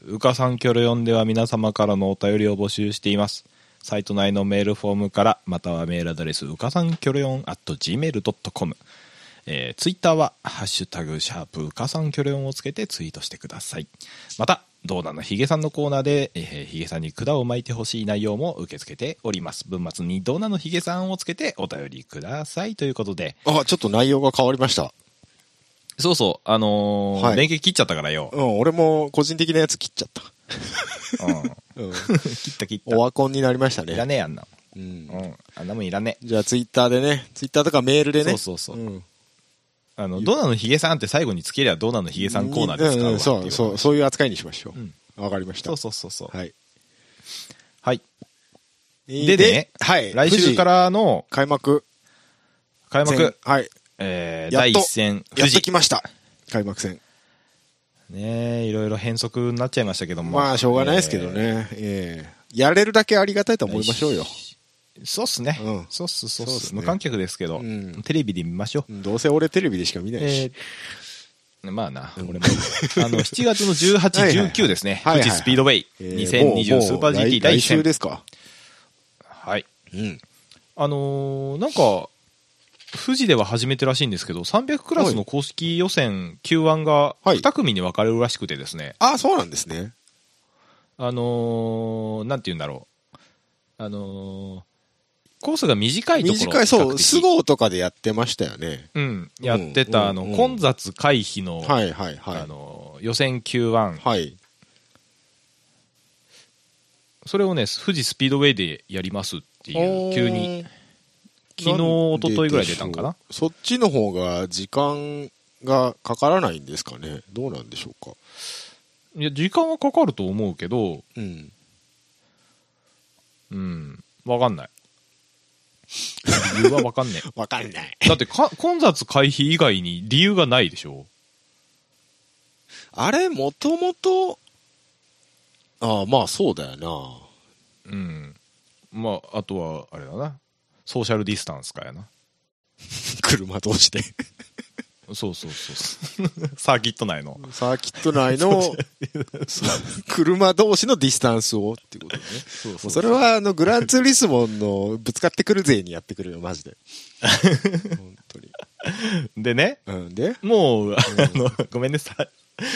うかさんきょろよんでは皆様からのお便りを募集しています。サイト内のメールフォームから、またはメールアドレス、うかさんきょろよん at gmail.com。えーツイッターは、ハッシュタグ、シャープ、うかさんきょれんをつけてツイートしてください。また、どうなのヒゲさんのコーナーで、えーヒゲさんに管を巻いてほしい内容も受け付けております。文末にどうなのヒゲさんをつけてお便りくださいということで、
あ、ちょっと内容が変わりました。
そうそう、あのー
はい
連携切っちゃったからよ。
うん、俺も個人的なやつ切っちゃった。
うん、
うん。
切った切っ
オ
た。
ワコンになりましたね。
いらねえ、あんな。
うん
う。ん、あんなもんいらね
じゃあツイッターでね、ツイッターとかメールで
そ
ね。
うそうそうんえ。あの、どうなのヒゲさんって最後につけりゃどうなのヒゲさんコーナーで使うわ
んん
ってい
そうそう、そういう扱いにしましょ
うん
う。わかりました。
そうそうそうそう。
はい。
はい。
で
ね
はい。
来週かららの
開幕
開
戦
幕、
はい。
えー
やっ
第
と
一戦、富
やっ
士
と。きました。開幕戦。
ねえいろいろ変則になっちゃいましたけども。
まあ、しょうがないですけど
え
ね。ええ。やれるだけありがたいと
ー。
思いましょうよ。
そうっすね。
うん
そうっす、そうっ
そうっ
す。
すね
無観客ですけど、
うん
テレビで見ましょう
う。んどうせ俺テレビでしか見ない
え
し。
ーまあな、俺も。あ の、7月の18、19ですね。
は
富
いはいはい
士スピードウェイ。
えーもうも
2020
う
スーパー
来
GT 第
来
一戦
週。ですか。
はい。
うん。
あのーなんか、富士では初めてらしいんですけど、300クラスの公式予選 Q1 が
はい
2組に分かれるらしくてですね、
あ、そうなんですね。
あのーなんて言うんだろう、あのーコースが短いところ
短い、そ
比較
う、
的
スゴーとかでやってましたよね。
うん、やってた、
うん
あの、
うん
混雑回避の、
はいはいはい。
あのー予選 Q1、
はい。
それをね、富士スピードウェイでやりますっていう、急に、昨日、
なんで
一昨日ぐらい出たんかな。
でしょうそっちの方が時間がかからないんですかね。どうなんでしょうか。
いや、時間はかかると思うけど、
うん。
うん、わかんない。理由はわかんねえ。
わかんない。
だってか、混雑回避以外に理由がないでしょ
あれ、もともと、ああ、まあそうだよ な。
うん。まあ、あとは、あれだな。ソーシャルディスタンスかやな。
車同士で。
そうそうそうそう。 サーキット内の。
サーキット 内の、 車同士のディスタンスをっていうことね。
そう
もうそれは、あの、グランツーリスモンのぶつかってくる勢にやってくるよ、マ ジで。本当に。
でね、
うん、で
もう、あの、ごめんね、さ、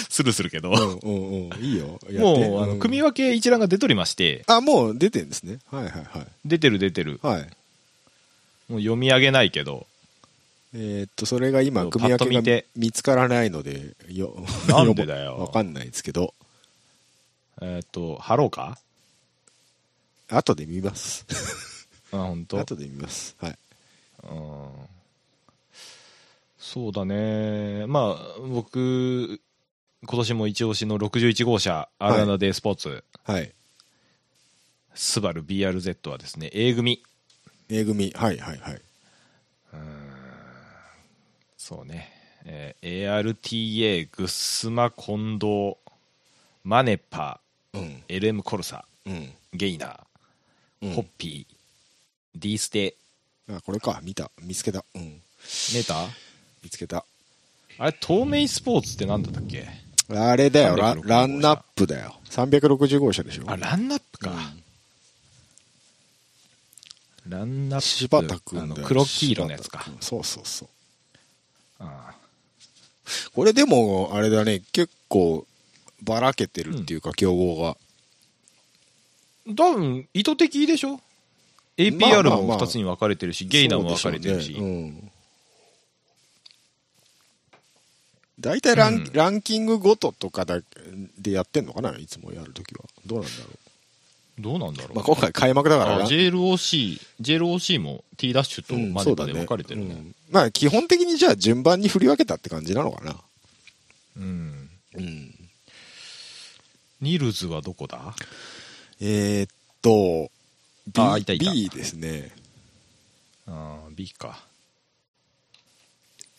スルスルけど、
うんうんうん、いいよ。やって
もう、あの、
ん
組み分け一覧が出とりまして、
あ、もう出てんですね。はいはいはい。
出てる出てる。
はい。
もう読み上げないけど、
えーっと、それが今、組み
パッと
分
見
けが
て
見つからないので、よ、
なんでだよ
わかんないですけど、
えーっと、貼ろうか
後で見ます。
あ、本当。
後で見ます。はい。
うんそうだね、まあ、僕、今年も一押しの61号車、
い
R&D スポーツ、
はい。
スバル BRZ はですね、A 組、
A 組、はいはいはい。
そうね、えー ARTA、グッスマ、近藤、マネパ、
うん。
LM コルサ、
うん。
ゲイナ
う
ー、
ん
ホッピー、D ステ、
あ、これか。見た。見つけた。うん。
メーター
見つけた。
あれ、東名スポーツってなんだったっけ
あれだよ。ラ
365
ランナップだよ。360号車でしょ。
あ、ランナップか。ランナップ。
柴田君
あの
だよ
黒黄色のやつか
柴田。君そうそうそう。
あ
これでも、あれだね、結構、ばらけてるっていうか、競合が。
あ多分、意図的でしょ
まあ
?APR
まあま
も
あ
2つに分かれてるし、ゲイナーも分かれてるし。
そうでょうねうん大体ラン,、
うん
ランキングごととかだでやってんのかないつもやるときはどうなんだろ
どうなんだろ
う、
う。
まあ、今回開幕だから
あ
ラン
JLOC、JLOC も T ダッシュと
うん
マ
そ
ネ
う
パ
だ
で
ね
分かれてる
う
ね。
んまあ基本的にじゃあ順番に振り分けたって感じなのかな
うん。
うん
ニルズはどこだ
えー、っと B,
あいたいた
B ですね
あー ?B か。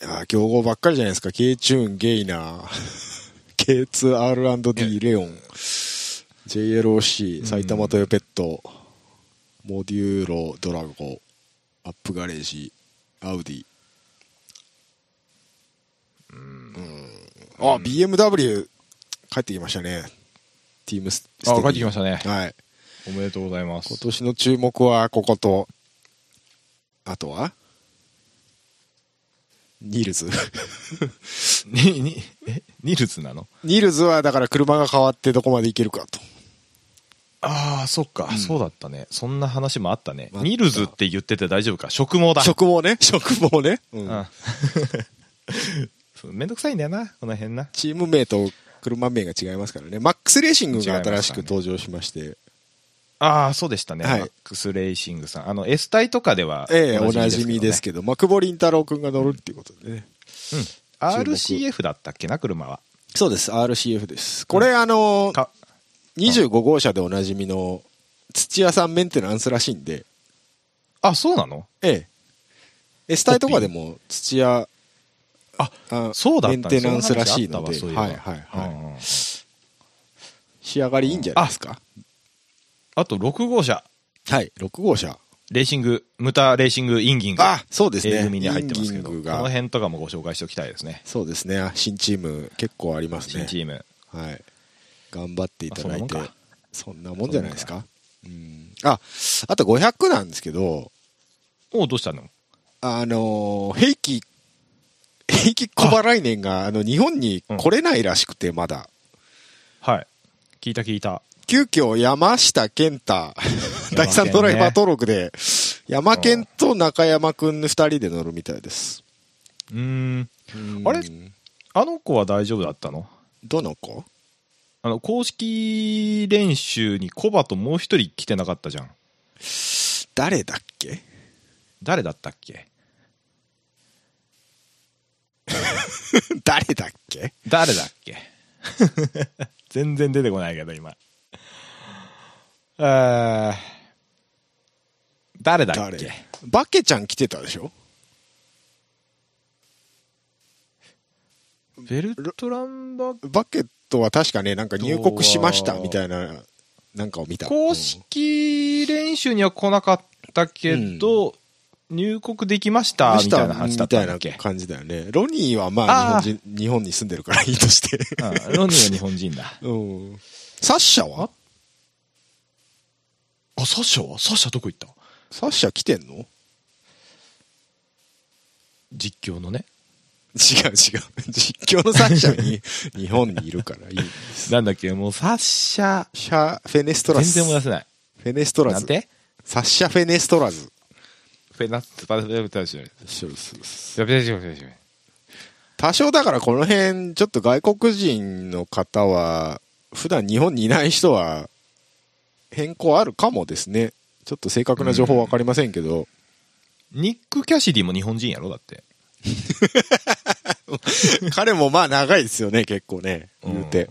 あー競合ばっかりじゃないですか K チューンゲイナー K2R&D レオン JLOC 埼玉トヨペット、モデューロドラゴアップガレージアウディうんあ BMW 帰ってきましたねティームス
あ帰ってきましたね
はい
おめでとうございます。
今年の注目はこことあとはニールズ
ににえニルズなの
ニールズはだから車が変わってどこまで行けるかと
ああそっか、そうだったねそんな話もあったね
あった
ニルズって言ってて大丈夫か植毛だ
食 毛ね食毛ね、うん
うん そうめんどくさいんだよなこの辺な
チーム名と車名が違いますからねマックスレーシング
違いま
が
すからね
新しく登場しまして
ああそうでしたね、
はい
マックス・レーシングさんあの S 隊とかでは
ええおなじみです
け
けど、まあ、久保林太郎君が乗るっていうことでね、
どね
注目
RCF だったっけな車は
そうです RCF ですこれ、あの
か
25号車でおなじみの土屋さんメンテナンスらしいんで
あそうなの
ええ S 隊とかでも土屋
あ
あ
そうだった
メ
ね
ンテナンスらしいので
その話あったわ
はいはいはい、
そういえばうんうん
仕上がりいいんじゃないですか
あと6号車
はい6号車
レーシングムタレーシングインギング
あそうですね
A 組に入ってますけど
インギン
こ
グが
の辺とかもご紹介しておきたいですね
そうですね新チーム結構あります
新
ね
チーム
はい、頑張っていただいて
あ
そんなもんじゃないですかうんああと500なんですけど
おうどうしたの
あのー平気平気小払い年があの日本に来れないらしくてまだ、
はい聞いた聞いた
急遽山下健 太
ね
第3ドライバー登録で山健と中山くん2人で乗るみたいです
うーん
うん
あれあの子は大丈夫だったの
どの子
あの公式練習にコバともう一人来てなかったじゃん
誰だっけ
誰だったっけ
誰だっけ
誰だっけ 全然出てこないけど今えー誰だっ
誰
け
バケちゃん来てたでしょ
ベルトランバ
バケットは確かね、なんか入国しましたみたいな、なんかを見た。
公式練習には来なかったけど、入国できまし
うん
た
どう
み
した
た
み
いな話
たいな
だったんだっけ
感じだよね。ロニーはまあ
あ
日本人、日本に住んでるからいいと して。
うんロニーは日本人だ
うん。サッシャは
あサッシャはサッシャどこ行った
サッシャ来てんの違う
実況のね
違う。実況のサッ シャに日本にいるからいいです。
なんだっけもうサッシャ
シャ、フェネストラ
全
ズ。
然思い出
フ
せない
ェネストラ
なん
ズ。
て
サッシャ・フェネストラズ。
フェナッツパルフェルタジュ
多少だからこの辺、ちょっと外国人の方は、普段日本にいない人は、変更あるかもですね。ちょっと正確な情報わかりませんけど、
ニック・キャシディも日本人やろだって
彼もまあ長いですよね、結構ね、言うて。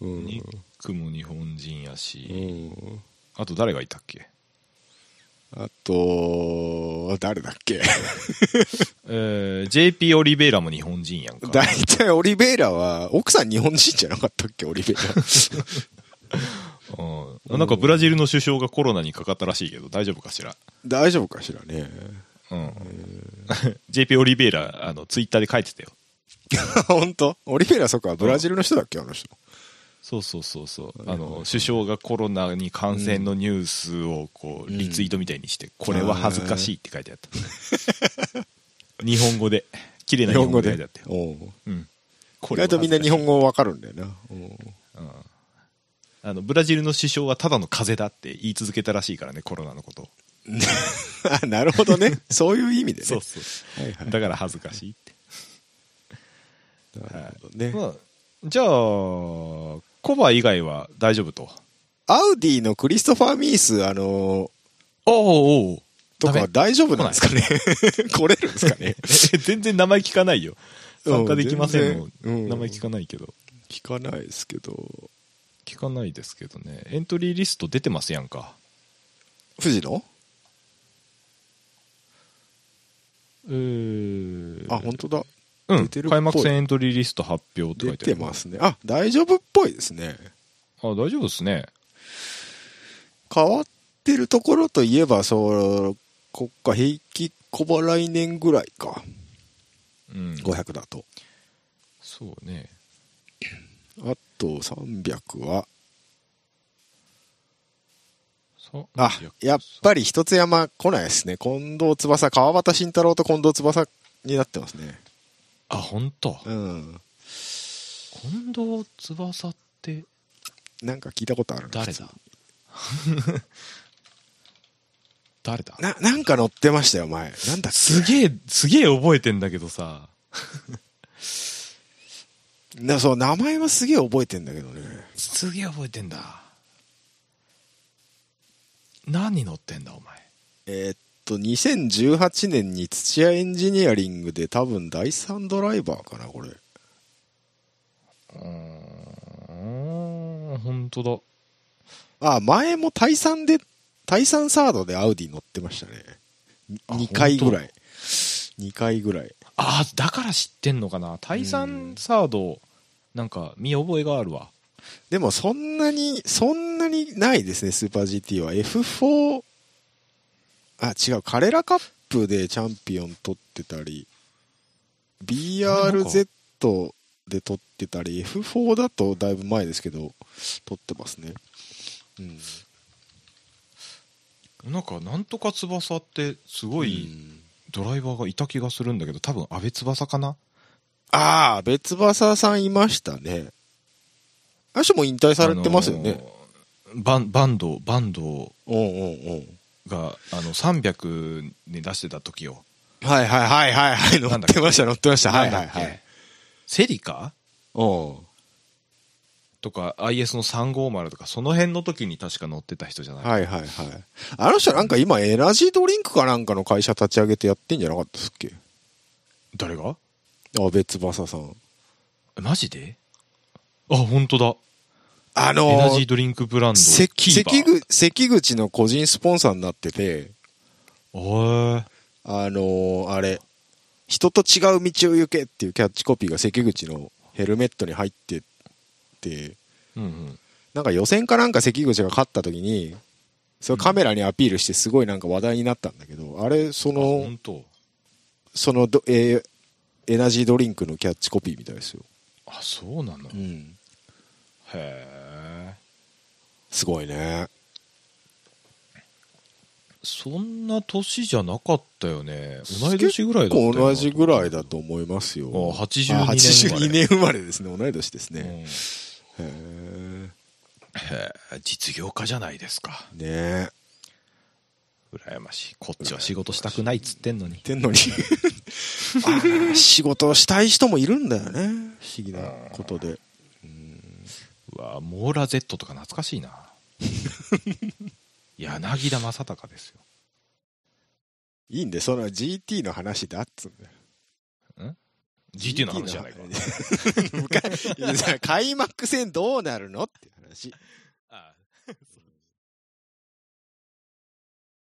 う
ニ
ん。
ックも日本人や
う
し、
ん
あと誰がいたっけ
あと、誰だっけ
えー、JP オリベイラも日本人やんか
大体オリベイラは、奥さん日本人じゃなかったっけ、オリベイラ。
うん、なんかブラジルの首相がコロナにかかったらしいけど大丈夫かしら、
大丈夫かしらね。
うん、JP オリベイラあのツイッターで書いてたよ
本当オリベイラそっか、ブラジルの人だっけ、あの人。
そうそうそうそうあの首相がコロナに感染のニュースをこうリツイートみたいにして、これは恥ずかしいって書いてあった 日本語で綺麗な
日
日
本
本
語
語で書い
で
てあったよ、
おう
うん、こ
意
れは
外とみんな
恥
日
ずかしい
本語わかるんだよな。うん
あのブラジルの首相はただの風邪だって言い続けたらしいからねコロナのことを
あなるほどね。そういう意味でね。
そうそう
はいはい。
だから恥ずかしいって
なるほどね。
まあ、じゃあ、コバ以外は大丈夫と。
アウディのクリストファー・ミース、あの
おうおう
と
ダ
か
メ
大丈夫なんですかね 来れるんですかね
え 全然名前聞かないよ。参加できませんも
うん
ん。
全然うん
名前聞かないけど。
聞かないですけど。
聞かないですけどね。エントリーリスト出てますやんか。
藤野
えー、
あ、本当だ。
う
出
ん
てるっぽい
開幕戦エントリーリスト発表って書
出
いてあ
て
る。
ますね。あ、大丈夫っぽいですね。
あ、大丈夫ですね。
変わってるところといえば、そう、国家平気小払い年ぐらいか。
うん。
500だと。
そうね。
あと300は、
そ
あ
いや、
やっぱり一つ山来ないですね。近藤翼、川端慎太郎と近藤翼になってますね。
あ本当。
うん。
近藤翼って
なんか聞いたことあるな
誰
普通
だ 誰だ
な、なんか乗ってましたよ、前。なんだっ
すげえすげえ覚えてんだけどさ
けなそう、名前はすげえ覚えてんだけどね。
すげえ覚えてんだ何乗ってんだお前
えーっと、2018年に土屋エンジニアリングで多分第3ドライバーかな、これ。
うーん本当だ
あ、前も対3で、対3サードでアウディ乗ってましたね。
あ
2回ぐら
本
い。2回ぐらい。
ああだから知ってんのかなタイサンサードなんか見覚えがあるわ
でもそんなに、そんなにないですね、スーパー GT は。F4、あ、違う、カレラカップでチャンピオン取ってたり、BRZ で取ってたり、F4 だとだいぶ前ですけど、取ってますね。うん。
なんかなんとか翼ってす
う
ごい
ん
ドライバーがいた気がするんだけど多分阿部翼かな
ああ、別バサさんいましたね。あの人も引退されてますよね。
あのーバンバンドバンド
うんうんうん。
があの300に出してた時よ
はいはいはいはいはい、乗
な
っ
んだっけ
てました、乗ってました。はいは
なん
い
だっけ
はい。
セリカ
うん。
とか IS の350とかその辺の時に確か乗ってた人じゃない、
はいはいはい。あの人なんか今エナジードリンクかなんかの会社立ち上げてやってんじゃなかったっすっけ
誰が
あ、別バサさん。
えマジであ本当だ
あ
エナ
の
ジードリンクブランド
せ
キーバー
関口関口の個人スポンサーになってて、
おー
あのーあれ、人と違う道を行けっていうキャッチコピーが関口のヘルメットに入ってて、
うんうん
なんか予選かなんか関口が勝った時に、それカメラにアピールしてすごいなんか話題になったんだけど、あれ、そ
あ
の、
本当
そのど、えーエナジードリンクのキャッチコピーみたいですよ。
あそうなの、
う
へ
ん。
え
すごいね。
そんな年じゃなかったよね同い年ぐらいだったよ
結構
な
同じぐらいだと思いますよ。
あ82年生
あ
まれ
82年生まれですね。同い年です
うん
ね。
へ
へー
え実業家じゃないですか
ねえ。
羨ましいこっちは仕事したくないっつってんのに
てんのにああ仕事をしたい人もいるんだよね。不思議なことで。
うわモーラ Z とか懐かしい な柳田正隆ですよ
いいんで、その GT の話だっつうんだよ。
GT の話じゃないか
昔いや開幕戦どうなるのって話。
あ